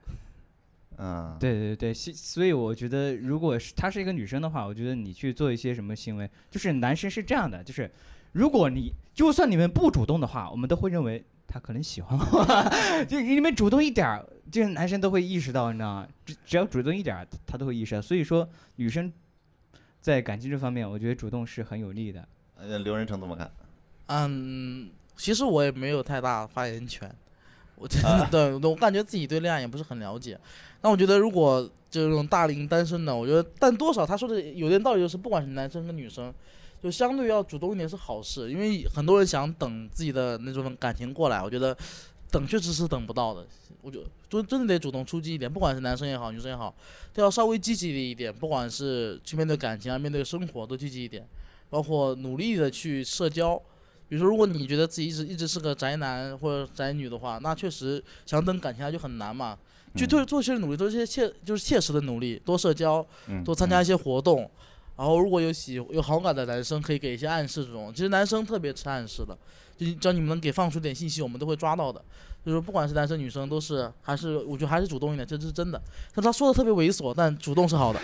S2: 嗯，
S5: 对对对，所所以我觉得，如果是她是一个女生的话，我觉得你去做一些什么行为，就是男生是这样的，就是如果你就算你们不主动的话，我们都会认为他可能喜欢我， 就你们主动一点儿，这个男生都会意识到，你知道吗？只只要主动一点儿，他都会意识到。所以说，女生在感情这方面，我觉得主动是很有利的。
S2: 呃，刘仁成怎么看？
S3: 嗯，其实我也没有太大发言权，我真的、对我感觉自己对恋爱也不是很了解。但我觉得如果就是这种大龄单身的，我觉得但多少他说的有点道理，就是不管是男生跟女生，就相对要主动一点是好事，因为很多人想等自己的那种感情过来，我觉得等确实是等不到的。我就就真的得主动出击一点，不管是男生也好，女生也好，都要稍微积极一点，不管是去面对感情啊，面对生活都积极一点，包括努力的去社交。比如说，如果你觉得自己一直一直是个宅男或者宅女的话，那确实想等感情啊来就很难嘛。就做做一些努力，做一些切就是切实的努力，多社交，
S2: 嗯
S3: 多参加一些活动。然后如果有喜有好感的男生，可以给一些暗示这种。其实男生特别吃暗示的，就只要你们能给放出点信息，我们都会抓到的。就是不管是男生女生，都是还是我觉得还是主动一点，这是真的。但他说的特别猥琐，但主动是好的。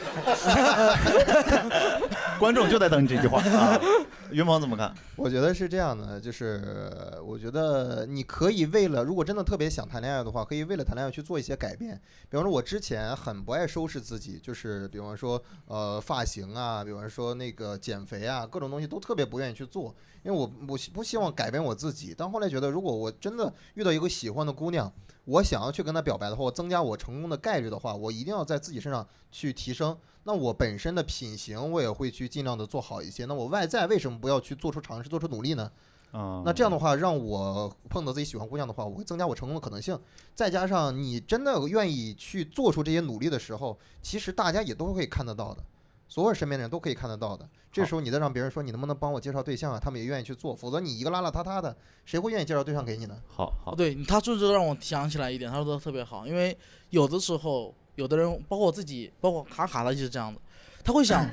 S2: 观众就在等你这句话 啊。 云鹏怎么看？
S6: 我觉得是这样的，就是我觉得你可以为了，如果真的特别想谈恋爱的话，可以为了谈恋爱去做一些改变。比方说，我之前很不爱收拾自己，就是比方说呃发型啊，比方说那个减肥啊，各种东西都特别不愿意去做，因为我我希不希望改变我自己。但后来觉得，如果我真的遇到一个喜欢的姑娘，我想要去跟她表白的话，我增加我成功的概率的话，我一定要在自己身上去提升。那我本身的品行，我也会去尽量的做好一些。那我外在为什么不要去做出尝试、做出努力呢？
S2: 啊
S6: 那这样的话，让我碰到自己喜欢姑娘的话，我会增加我成功的可能性。再加上你真的愿意去做出这些努力的时候，其实大家也都会看得到的。所有身边的人都可以看得到的。这时候你再让别人说你能不能帮我介绍对象啊，他们也愿意去做，否则你一个邋邋遢遢的，谁会愿意介绍对象给你呢？
S2: 好好，
S3: 对他这就让我想起来一点，他说的特别好，因为有的时候有的人，包括我自己，包括卡卡他就是这样的，他会想，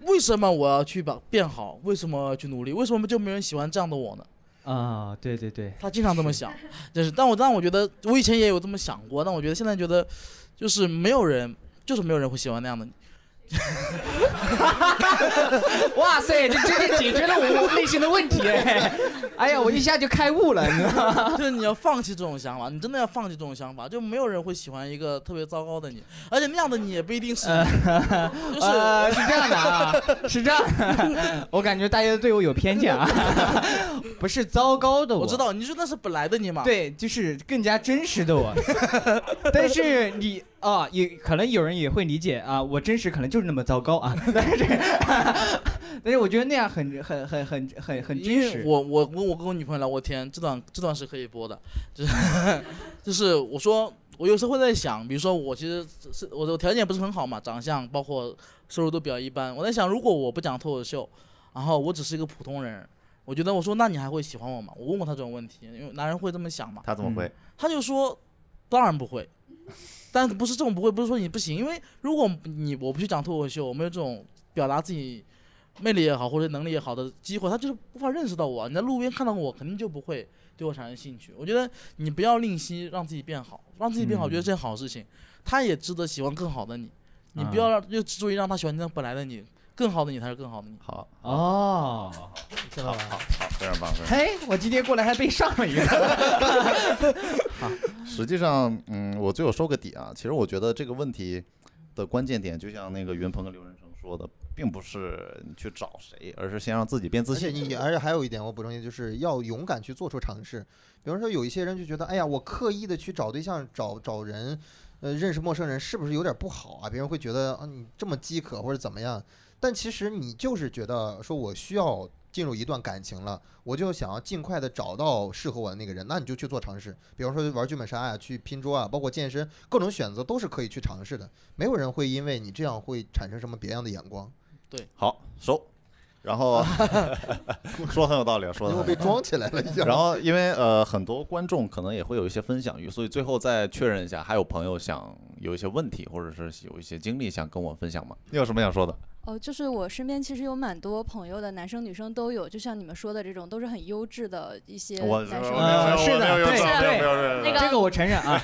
S3: 为什么我要去把变好？为什么要去努力？为什么就没人喜欢这样的我呢？
S5: 啊，对对对，
S3: 他经常这么想，就是，但我但我觉得我以前也有这么想过，但我觉得现在觉得，就是没有人，就是没有人会喜欢那样的你。
S11: 哇塞，这这这解决了我内心的问题哎！哎呀，我一下就开悟了，你知道吗？
S3: 就是你要放弃这种想法，你真的要放弃这种想法，就没有人会喜欢一个特别糟糕的你，而且那样的你也不一定是你，就是、
S5: 呃，是这样的啊，是这样的， 我感觉大家对我有偏见啊，不是糟糕的 我，
S3: 我知道，你说那是本来的你嘛，
S5: 对，就是更加真实的我， 但是你啊，也可能有人也会理解啊，我真实可能就是那么糟糕啊， 但是，但是我觉得那样很很很很很很
S3: 因
S5: 真
S3: 为
S5: 实，
S3: 我我我我跟我女朋友聊过天，这段这段是可以播的，就是就是我说我有时候会在想，比如说我其实是我的条件不是很好嘛，长相包括收入都比较一般，我在想如果我不讲脱口秀，然后我只是一个普通人，我觉得我说那你还会喜欢我吗？我问过他这种问题，因为男人会这么想嘛，
S2: 他怎么回？
S3: 他就说当然不会。但不是这种不会，不是说你不行，因为如果你我不去讲脱口秀，我没有这种表达自己魅力也好或者能力也好的机会，他就是无法认识到我啊。你在路边看到我，肯定就不会对我产生兴趣。我觉得你不要吝惜让自己变好，让自己变好，
S5: 嗯
S3: 我觉得是件好事情。他也值得喜欢更好的你，你
S5: 啊
S3: 不要让就注意让他喜欢那本来的你，更好的你才是更好的你。
S2: 好，
S5: 哦，
S3: 知道吧？
S2: 好，非常棒，非常棒。
S5: 嘿，我今天过来还被上了一个，
S2: 实际上，嗯，我最后收个底啊，其实我觉得这个问题的关键点，就像那个云鹏跟刘仁成说的，并不是你去找谁，而是先让自己变自
S6: 而且
S2: 信。
S6: 你，而且还有一点，我补充一下，就是要勇敢去做出尝试。比方说，有一些人就觉得，哎呀，我刻意的去找对象、找找人，呃，认识陌生人，是不是有点不好啊？别人会觉得啊，你这么饥渴或者怎么样？但其实你就是觉得，说我需要进入一段感情了，我就想要尽快的找到适合我的那个人，那你就去做尝试。比方说玩剧本杀呀、去拼桌啊，包括健身，各种选择都是可以去尝试的。没有人会因为你这样会产生什么别样的眼光。
S2: 好收，然 后说很有道理啊，说的
S6: 又被装起来了一下
S2: 然后因为呃很多观众可能也会有一些分享欲，所以最后再确认一下，还有朋友想有一些问题或者是有一些经历想跟我分享吗？你有什么想说的？
S9: 哦，就是我身边其实有蛮多朋友的，男生女生都有，就像你们说的这种，都是很优质的一些
S2: 我
S9: 男生。啊
S5: 呃，是
S2: 没有
S5: 的，对
S2: 没有没有没有没有没有
S9: 那
S5: 对，
S9: 个
S5: 这个我承认 啊，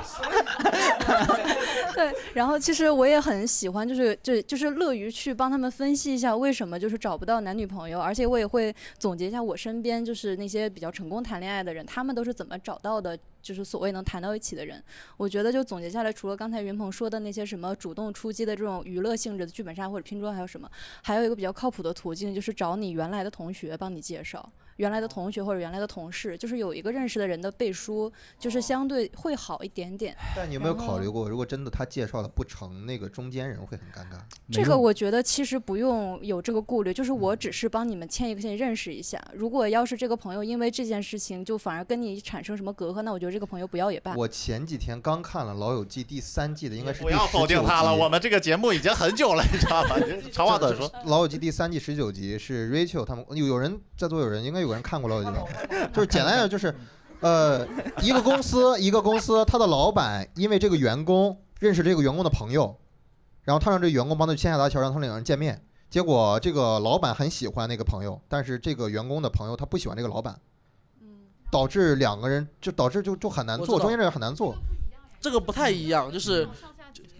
S9: 对，然后其实我也很喜欢，就是就就是乐于去帮他们分析一下为什么就是找不到男女朋友，而且我也会总结一下我身边就是那些比较成功谈恋爱的人，他们都是怎么找到的。就是所谓能谈到一起的人，我觉得就总结下来，除了刚才云鹏说的那些什么主动出击的这种娱乐性质的剧本杀或者拼桌，还有什么？还有一个比较靠谱的途径，就是找你原来的同学帮你介绍，原来的同学或者原来的同事，就是有一个认识的人的背书，就是相对会好一点点。
S6: 但你有没有
S9: 然
S6: 考
S9: 后
S6: 虑过，如果真的他介绍的不成，那个中间人会很尴尬？
S9: 这个我觉得其实不用有这个顾虑，就是我只是帮你们牵一个线认识一下。如果要是这个朋友因为这件事情就反而跟你产生什么隔阂，那我觉得这个朋友不要也罢。
S6: 我前几天刚看了《老友记》第三季的，应该是
S2: 不要否定他了，我们这个节目已经很久了，你知 道吧？你长话短说。
S6: 《老友记》第三季十九集是 Rachel 他们有有人在座有人应该有人看过《老友记》吧？就是简单的就是，呃，一个公司一个公司，他的老板因为这个员工认识这个员工的朋友，然后他让这个员工帮他去线下搭桥，让他们两人见面。结果这个老板很喜欢那个朋友，但是这个员工的朋友他不喜欢这个老板，导致两个人就导致就就很难
S3: 嗯我知
S6: 做，
S3: 道
S6: 中间这个很难做。
S3: 这个不太一样，就是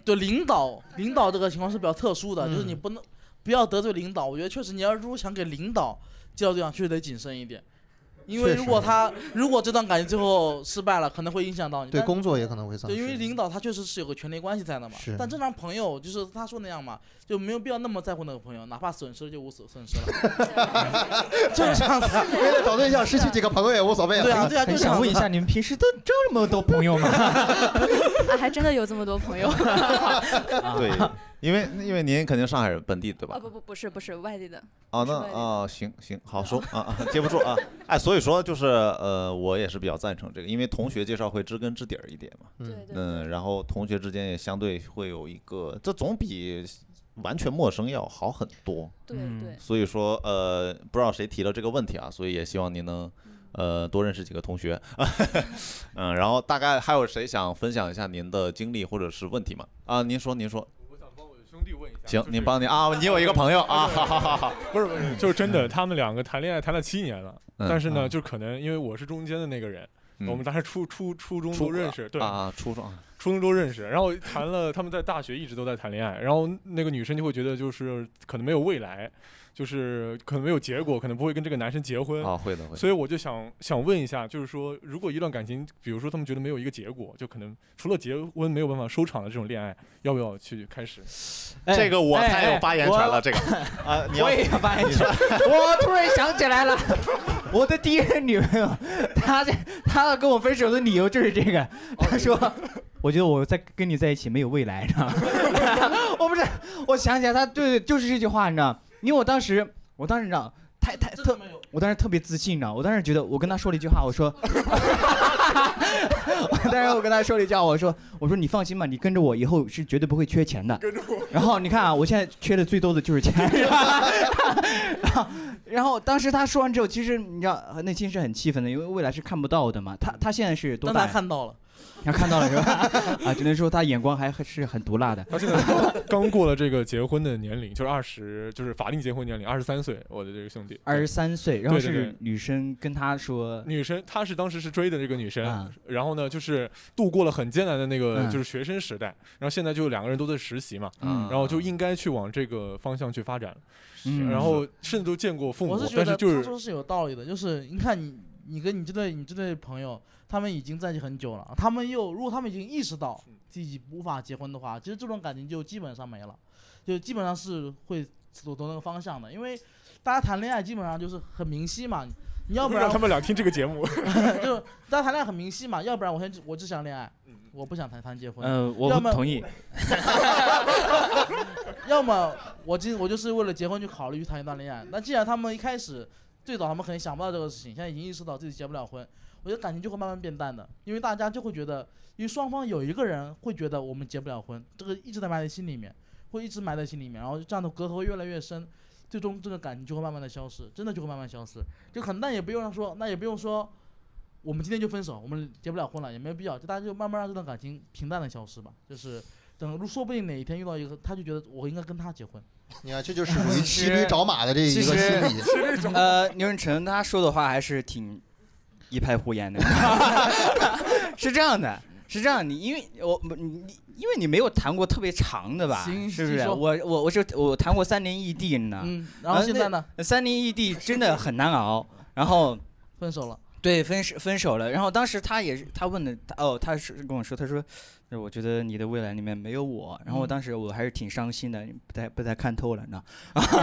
S3: 对领导，领导这个情况是比较特殊的，就是你不能不要得罪领导。我觉得确实，你要如果想给领导介绍对象，确实得谨慎一点，因为
S6: 确实
S3: 如果他如果这段感情最后失败了，可能会影响到你。
S6: 对
S3: 但
S6: 工作也可能会丧
S3: 对，因为
S6: 失。
S3: 领导他确实是有个权力关系在的嘛
S6: 是。
S3: 但正常朋友就是他说那样嘛，就没有必要那么在乎那个朋友，哪怕损失就无所损失了，就是这样子啊。
S6: 为了找对象失去几个朋友也无所谓了。
S3: 对啊，对啊，就
S5: 很
S3: 是这
S5: 想
S3: 样
S5: 问一
S3: 子
S5: 下，你们平时都这么多朋友吗？
S9: 啊，还真的有这么多朋友。
S2: 对，因为因为您肯定上海人本地对吧
S9: 啊？ 不不不是不是外地的，
S2: 啊，那啊，行行，好说啊，啊接不住啊，哎，所以说就是呃，我也是比较赞成这个，因为同学介绍会知根知底儿一点嘛，
S6: 对
S9: 对
S2: 嗯，然后同学之间也相对会有一个，这总比完全陌生要好很多，
S9: 对对
S2: 所以说呃，不知道谁提了这个问题啊，所以也希望您能
S9: 嗯
S2: 呃多认识几个 同学，嗯，然后大概还有谁想分享一下您的经历或者是问题吗？啊，您说您说，行，您帮您啊，你有一个朋友啊，好 好好 好，
S4: 不是不是，就是真的，他们两个谈恋爱谈了七年了，
S2: 嗯
S4: 但是呢，就可能因为我是中间的那个人，
S2: 嗯
S4: 我们当时初初初中都
S2: 初
S4: 认识，对
S2: 啊，初中
S4: 初中都认识，然后谈了，他们在大学一直都在谈恋爱，然后那个女生就会觉得就是可能没有未来，就是可能没有结果，可能不会跟这个男生结婚
S2: 啊会的会的
S4: 所以我就想想问一下，就是说，如果一段感情，比如说他们觉得没有一个结果，就可能除了结婚没有办法收场的这种恋爱，要不要去开始？
S5: 哎
S2: 这个我太有发言权 了，这个啊，你要
S4: 我也有
S5: 发言
S2: 权。
S5: 我突然想起来了，我的第一任女朋友，她这她要跟我分手的理由就是这个，她说。我觉得我在跟你在一起没有未来，你知道吗？ 我不是，我想起来，她对，就是这句话，你知道吗？因为我当时，我当时你知道，太太特，我当时特别自信，你知道吗，我当时觉得，我跟她说了一句话，我说， 但是我跟他说了一句话，我说我说你放心吧，你跟着我以后是绝对不会缺钱的。然后你看啊，我现在缺的最多的就是钱。然后然后当时他说完之后，其实你知道呃内心是很气愤的，因为未来是看不到的嘛。他他现在是
S3: 但
S5: 多大
S3: 他
S5: 呀？
S3: 看到了，
S5: 他看到了是吧？ 啊，只能说他眼光还还是很毒辣的。
S4: 他现在 刚过了这个结婚的年龄，就是二十，就是法定结婚年龄，二十三岁。我的这个兄弟，
S5: 二十三岁，然后
S4: 对对
S5: 是
S4: 对
S5: 女生跟他说，
S4: 女生，她是当时是追的这个女生，
S5: 啊
S4: 然后呢，就是度过了很艰难的那个
S5: 嗯
S4: 就是学生时代，然后现在就两个人都在实习嘛，
S2: 嗯。
S4: 然后就应该去往这个方向去发展，
S5: 嗯
S4: 然后甚至都见过父母
S3: 我，是觉
S4: 但
S3: 得
S4: 是就
S3: 他
S4: 是
S3: 说是有道理的，就是你看你你跟你这对你这对朋友，他们已经在一起很久了，他们又如果他们已经意识到
S4: 嗯
S3: 自己无法结婚的话，其实这种感情就基本上没了，就基本上是会走走那个方向的，因为大家谈恋爱基本上就是很明晰嘛，你要不然
S4: 让他们俩听这个嗯节目，
S3: 就大家谈恋爱很明晰嘛，要不然我先我只想恋爱，我不想谈谈结婚。
S5: 呃，我
S3: 要
S5: 不
S3: 么
S5: 同意。
S3: 要么我今我就是为了结婚去考虑去谈一段恋爱。那既然他们一开始最早他们可能想不到这个事情，现在已经意识到自己结不了婚，我觉得感情就会慢慢变淡的，因为大家就会觉得，因为双方有一个人会觉得我们结不了婚，这个一直在埋在心里面，会一直埋在心里面，然后这样的隔阂会越来越深，最终这个感情就会慢慢的消失，真的就会慢慢消失。就可能那也不用说，那也不用说。我们今天就分手，我们结不了婚了，也没有必要，就大家就慢慢让这段感情平淡的消失吧。就是等，说不定哪一天遇到一个，他就觉得我应该跟他结婚。
S6: 你看，这就是属于骑驴找马的这一
S5: 其
S6: 个
S5: 实
S6: 心理。
S5: 呃，牛润成他说的话还是挺一派胡言的， 是这样的。是这样，你因为我你因为你没有谈过特别长的吧，
S3: 行
S5: 是不
S3: 你
S5: 是？
S3: 说
S5: 我我我是我谈过三年异地呢，呃
S3: 嗯然后现在呢？
S5: 那三年异地真的很难熬，然后
S3: 分手了。
S5: 对，分手分手了。然后当时他也是，他问的，他哦，他是跟我说，他说，我觉得你的未来里面没有我。然后我
S3: 嗯
S5: 当时我还是挺伤心的，不太不太看透 了，你知道？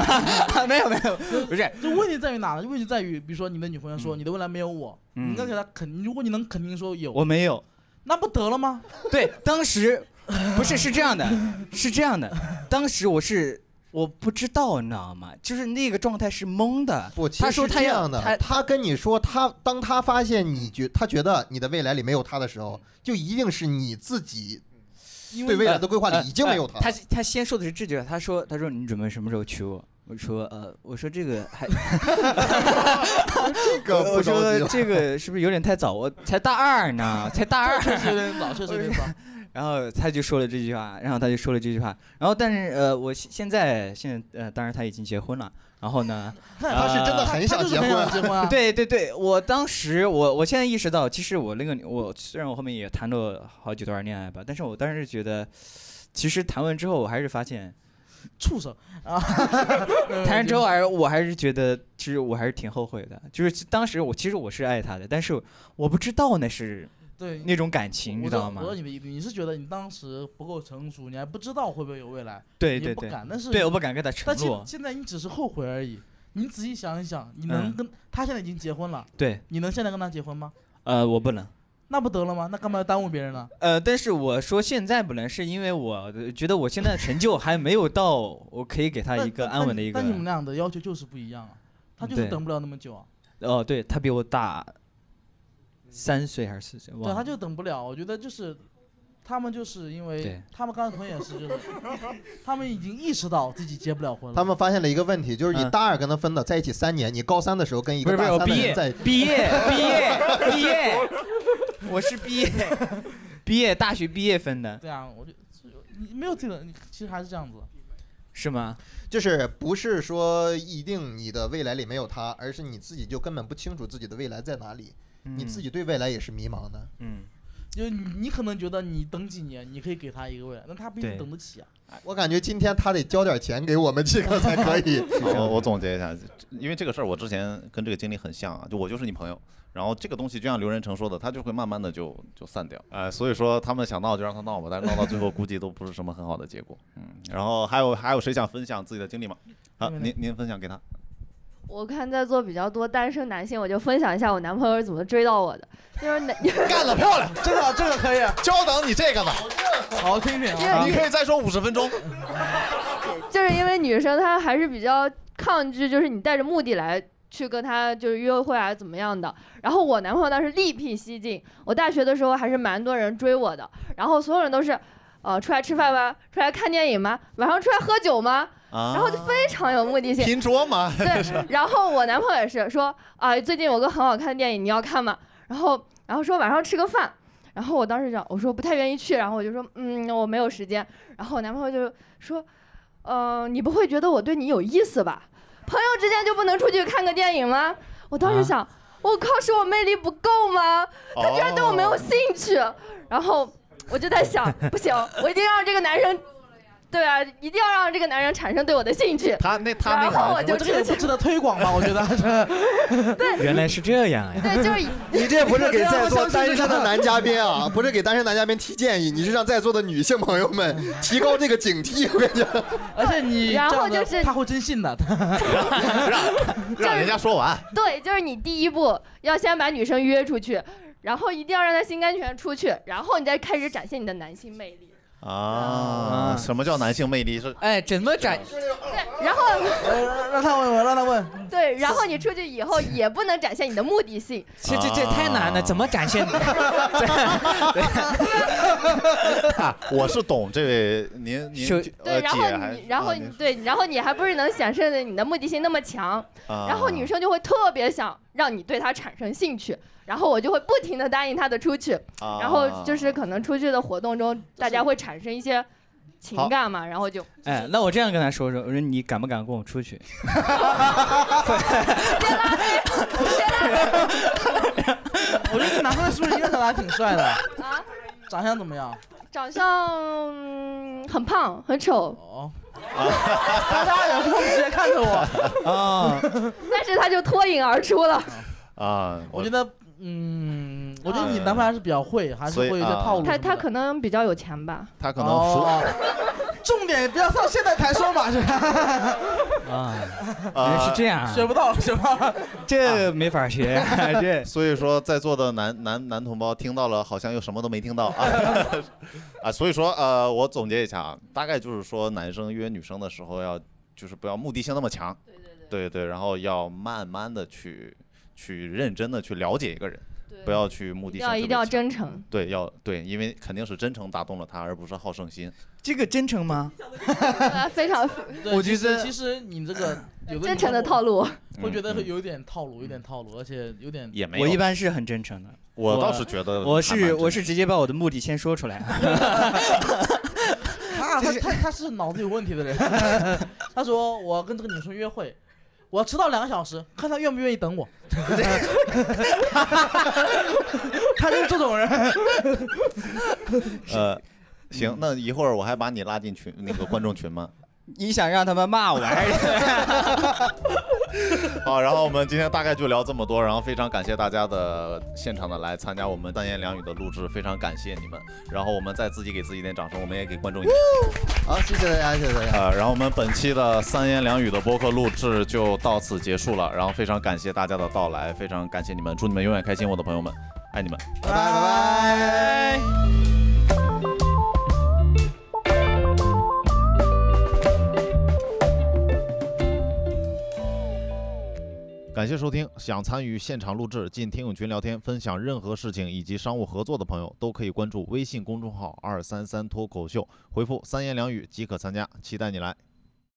S5: 没有没有，不是，
S3: 就问题在于哪呢？问题在于，比如说你的女朋友说、你的未来没有我，
S5: 嗯
S3: 你应该给她肯，如果你能肯定说有，
S5: 我没有。
S3: 那不得了吗？
S5: 对，当时不是是这样的，是这样的，当时我是。我不知道，你知道吗？就是那 个状态是懵的。
S6: 不，其
S5: 他
S6: 实
S5: 说
S6: 是
S5: 他
S6: 这
S5: 要
S6: 样的，
S5: 他
S6: 他跟你说，他当他发现你觉他觉得你的未来里没有他的
S5: 嗯
S6: 时候，就一定是你自己对未来的规划里已经没有他
S5: 呃呃。他他先说的是这句话，他说他说你准备什么时候娶我？我说呃，我说这个 还，
S6: 这个
S5: 我
S6: 不着急
S5: 说这个是不是有点太早？我才大二呢，才大 二，
S3: 确实有点早，确实有 点早。
S5: 然后他就说了这句话，然后他就说了这句话，然后但是呃，我现现在现在呃，当然他已经结婚了，然后呢，
S6: 他是真的很想结
S5: 呃
S6: 婚他就是很想结 婚啊
S5: 对对对，我当时我我现在意识到，其实我那个我虽然我后面也谈了好几段恋爱吧，但是我当时觉得，其实谈完之后我还是发现，
S3: 畜生啊！
S5: 谈完之后还是我还是觉得，其实我还是挺后悔的，就是当时我其实我是爱他的，但是我不知道那是
S3: 对
S5: 那种感情，你
S3: 我
S5: 知道吗
S3: 我？说你的意思，你是觉得你当时不够成熟，你还不知道会不会有未来，
S5: 对
S3: 你
S5: 对
S3: 不
S5: 对
S3: 敢，但是
S5: 对我不敢跟他承
S3: 但现
S5: 诺
S3: 现在你只是后悔而已。你仔细想一想，你能
S5: 嗯
S3: 跟、他现在已经结婚了，
S5: 对，
S3: 你能现在跟他结婚吗？
S5: 呃，我不能。
S3: 那不得了吗？那干嘛要耽误别人呢？
S5: 呃，但是我说现在不能，是因为我呃觉得我现在的成就还没有到，我可以给他一个安稳的一个嗯
S3: 但。你们俩的要求就是不一样啊，他就是
S5: 对
S3: 等不了那么久啊，
S5: 哦，对他比我大三岁还是四岁？
S3: 对，
S5: 忘
S3: 他
S5: 了。
S3: 就等不了。我觉得就是，他们就是因为
S5: 对
S3: 他们刚才同样也是，就是他们已经意识到自己结不了
S5: 哎
S3: 婚了。
S6: 他们发现了一个问题，就是你
S3: 嗯
S6: 大二跟他分的在一起三年，你高三的时候跟一
S3: 不是
S6: 个
S3: 不是
S6: 大
S3: 我
S6: 三的
S3: 毕
S6: 人
S3: 业
S6: 在
S5: 毕业毕业毕业， 我是毕业毕业大学毕业分的，
S3: 对啊，我就你没有这个，你其实还是这样子。
S5: 是吗？
S6: 就是不是说一定你的未来里没有他，而是你自己就根本不清楚自己的未来在哪里，你自己对未来也是迷茫的。
S5: 嗯，
S3: 就你你可能觉得你等几年，你可以给他一个未来，那他不一定
S6: 对
S3: 等得起啊。
S6: 哎我感觉今天他得交点钱给我们几个才可以
S2: 我我总结一下，因为这个事儿我之前跟这个经历很像啊，就我就是你朋友，然后这个东西就像刘仁成说的，他就会慢慢的就就散掉，呃，所以说他们想闹就让他闹吧，但是闹到最后估计都不是什么很好的结果，嗯，然后还有还有谁想分享自己的经历吗？好，您您分享给他，
S1: 我看在座比较多单身男性，我就分享一下我男朋友是怎么追到我的，就是 男
S2: 干了漂亮，
S3: 这个这个可以，
S2: 就等你这个吧，
S3: 好听听
S1: 啊
S2: 你可以再说五十分钟，
S1: 就是因为女生她还是比较抗拒，就是你带着目的来去跟她就是约会啊怎么样的。然后我男朋友当时另辟蹊径，我大学的时候还是蛮多人追我的，然后所有人都是，呃，出来吃饭吗？出来看电影吗？晚上出来喝酒吗？
S2: 啊
S1: 然后就非常有目的性，
S2: 拼桌吗？
S1: 对， 然后我男朋友也是说啊、最近有个很好看的电影，你要看吗？然后然后说晚上吃个饭，然后我当时讲我说不太愿意去，然后我就说嗯我没有时间，然后我男朋友就说，呃你不会觉得我对你有意思吧？朋友之间就不能出去看个电影吗？我当
S6: 啊
S1: 时想，我靠，是我魅力不够吗？他居然对我
S6: 哦
S1: 没有兴趣，然后我就在想，不行，我一定让这个男生。对啊，一定要让这个男人产生对我的兴趣。
S2: 他那他
S1: 然后我
S3: 我
S1: 就
S3: 这个也
S1: 出
S3: 不
S1: 去
S3: 值得推广吧？我觉得
S5: 原来是这样呀！
S1: 对，就是
S6: 你这不是给在座单身的男嘉宾啊，不是给单身男嘉宾提建议，你是让在座的女性朋友们提高这个警惕。我跟你讲，
S3: 而且你
S1: 然
S3: 这样
S1: 后
S3: 的
S1: 就是
S3: 他会 真信的，
S2: 让人家说完，
S1: 对，就是你第一步要先把女生约出去，然后一定要让她心甘情愿出去，然后你再开始展现你的男性魅力。
S2: 啊，什么叫男性魅力是？
S5: 哎，怎么展？
S1: 对，然后
S3: 让他问我，让他问。
S1: 对，然后你出去以后也不能展现你的目的性。
S5: 这这这太难了，怎么展现？
S2: 啊， 我是懂这位您您
S5: 首
S1: 对，
S2: 呃
S1: 然
S2: 姐
S1: 后
S2: 还
S1: 你，然后
S2: 啊
S1: 你
S2: 您
S1: 对，然后你还不是能显示的你的目的性那么强，
S2: 啊
S1: 然后女生就会特别想让你对她产生兴趣，然后我就会不停的答应她的出去，
S2: 啊
S1: 然后就是可能出去的活动中，大家会产生一些情
S5: 好
S1: 感嘛，然后就
S5: 哎，那我这样跟他说说，我说你敢不敢跟我出去？
S3: 我觉得男的是不是应该还挺帅的？
S1: 啊
S3: 长相怎么 样？
S1: 长相、嗯很胖很
S2: 哦
S1: 丑，
S3: 他大眼不直接看着我，
S5: 啊
S1: 但是他就脱颖而出了。
S5: 哦
S2: 啊，
S3: 我觉得，嗯，我觉得你男朋友还是比较会，还是
S2: 所以
S3: 会有些
S2: 啊
S3: 套路什么
S1: 他
S3: 的。
S1: 他可能比较有钱吧。
S2: 他可能
S3: 哦
S2: 说，
S3: 重点不要到现在才说嘛，是吧？
S5: 啊，原来是这
S2: 呃
S5: 样啊，
S3: 学不到 了，学不到了。
S5: 这没法学。 这
S2: 啊 所以说在座的男男男同胞听到了，好像又什么都没听到 啊啊！所以说呃，我总结一下啊，大概就是说，男生约女生的时候要就是不要目的性那么强，对对对，然后要慢慢的去去认真的去了解一个人，不要去 目的性
S1: 要
S2: 特
S1: 一
S2: 别
S1: 定要
S2: 强
S1: 真诚，
S2: 对，要对，因为肯定是真诚打动了他，而不是好 胜心。
S5: 这个真诚吗？
S1: 对非常
S3: 对
S5: 我
S3: 其
S5: 觉得
S3: 实其实你这个有的
S1: 真诚的
S3: 女生会
S1: 套路。
S3: 会觉得有点套路，有点套路，而且有点
S2: 嗯也没
S5: 我
S2: 有
S5: 一般是很真诚的。
S2: 我倒是觉得
S5: 我
S2: 还蛮
S5: 是
S2: 真
S5: 我是直接把我的目的先说出来。
S3: 他他他他是脑子有问题的人。 他说我跟这个女生约会，我迟到两个小时，看她愿不愿意等我。 他就是这种人。
S2: 呃，行，那一会儿我还把你拉进群那个观众群吗？
S5: 你想让他们骂我还是？
S2: 好，然后我们今天大概就聊这么多，然后非常感谢大家的现场的来参加我们三言两语的录制，非常感谢你们。然后我们再自己给自己一点掌声，我们也给观众一点。
S6: 好，谢谢大家，谢谢大家。
S2: 呃，然后我们本期的三言两语的播客录制就到此结束了，然后非常感谢大家的到来，非常感谢你们，祝你们永远开心，我的朋友们。哎爱你们。
S6: 拜拜拜拜。
S2: 感谢收听。想参与现场录制、进听友群聊天、分享任何事情以及商务合作的朋友，都可以关注微信公众号“二三三脱口秀”，回复“三言两语”即可参加。期待你来。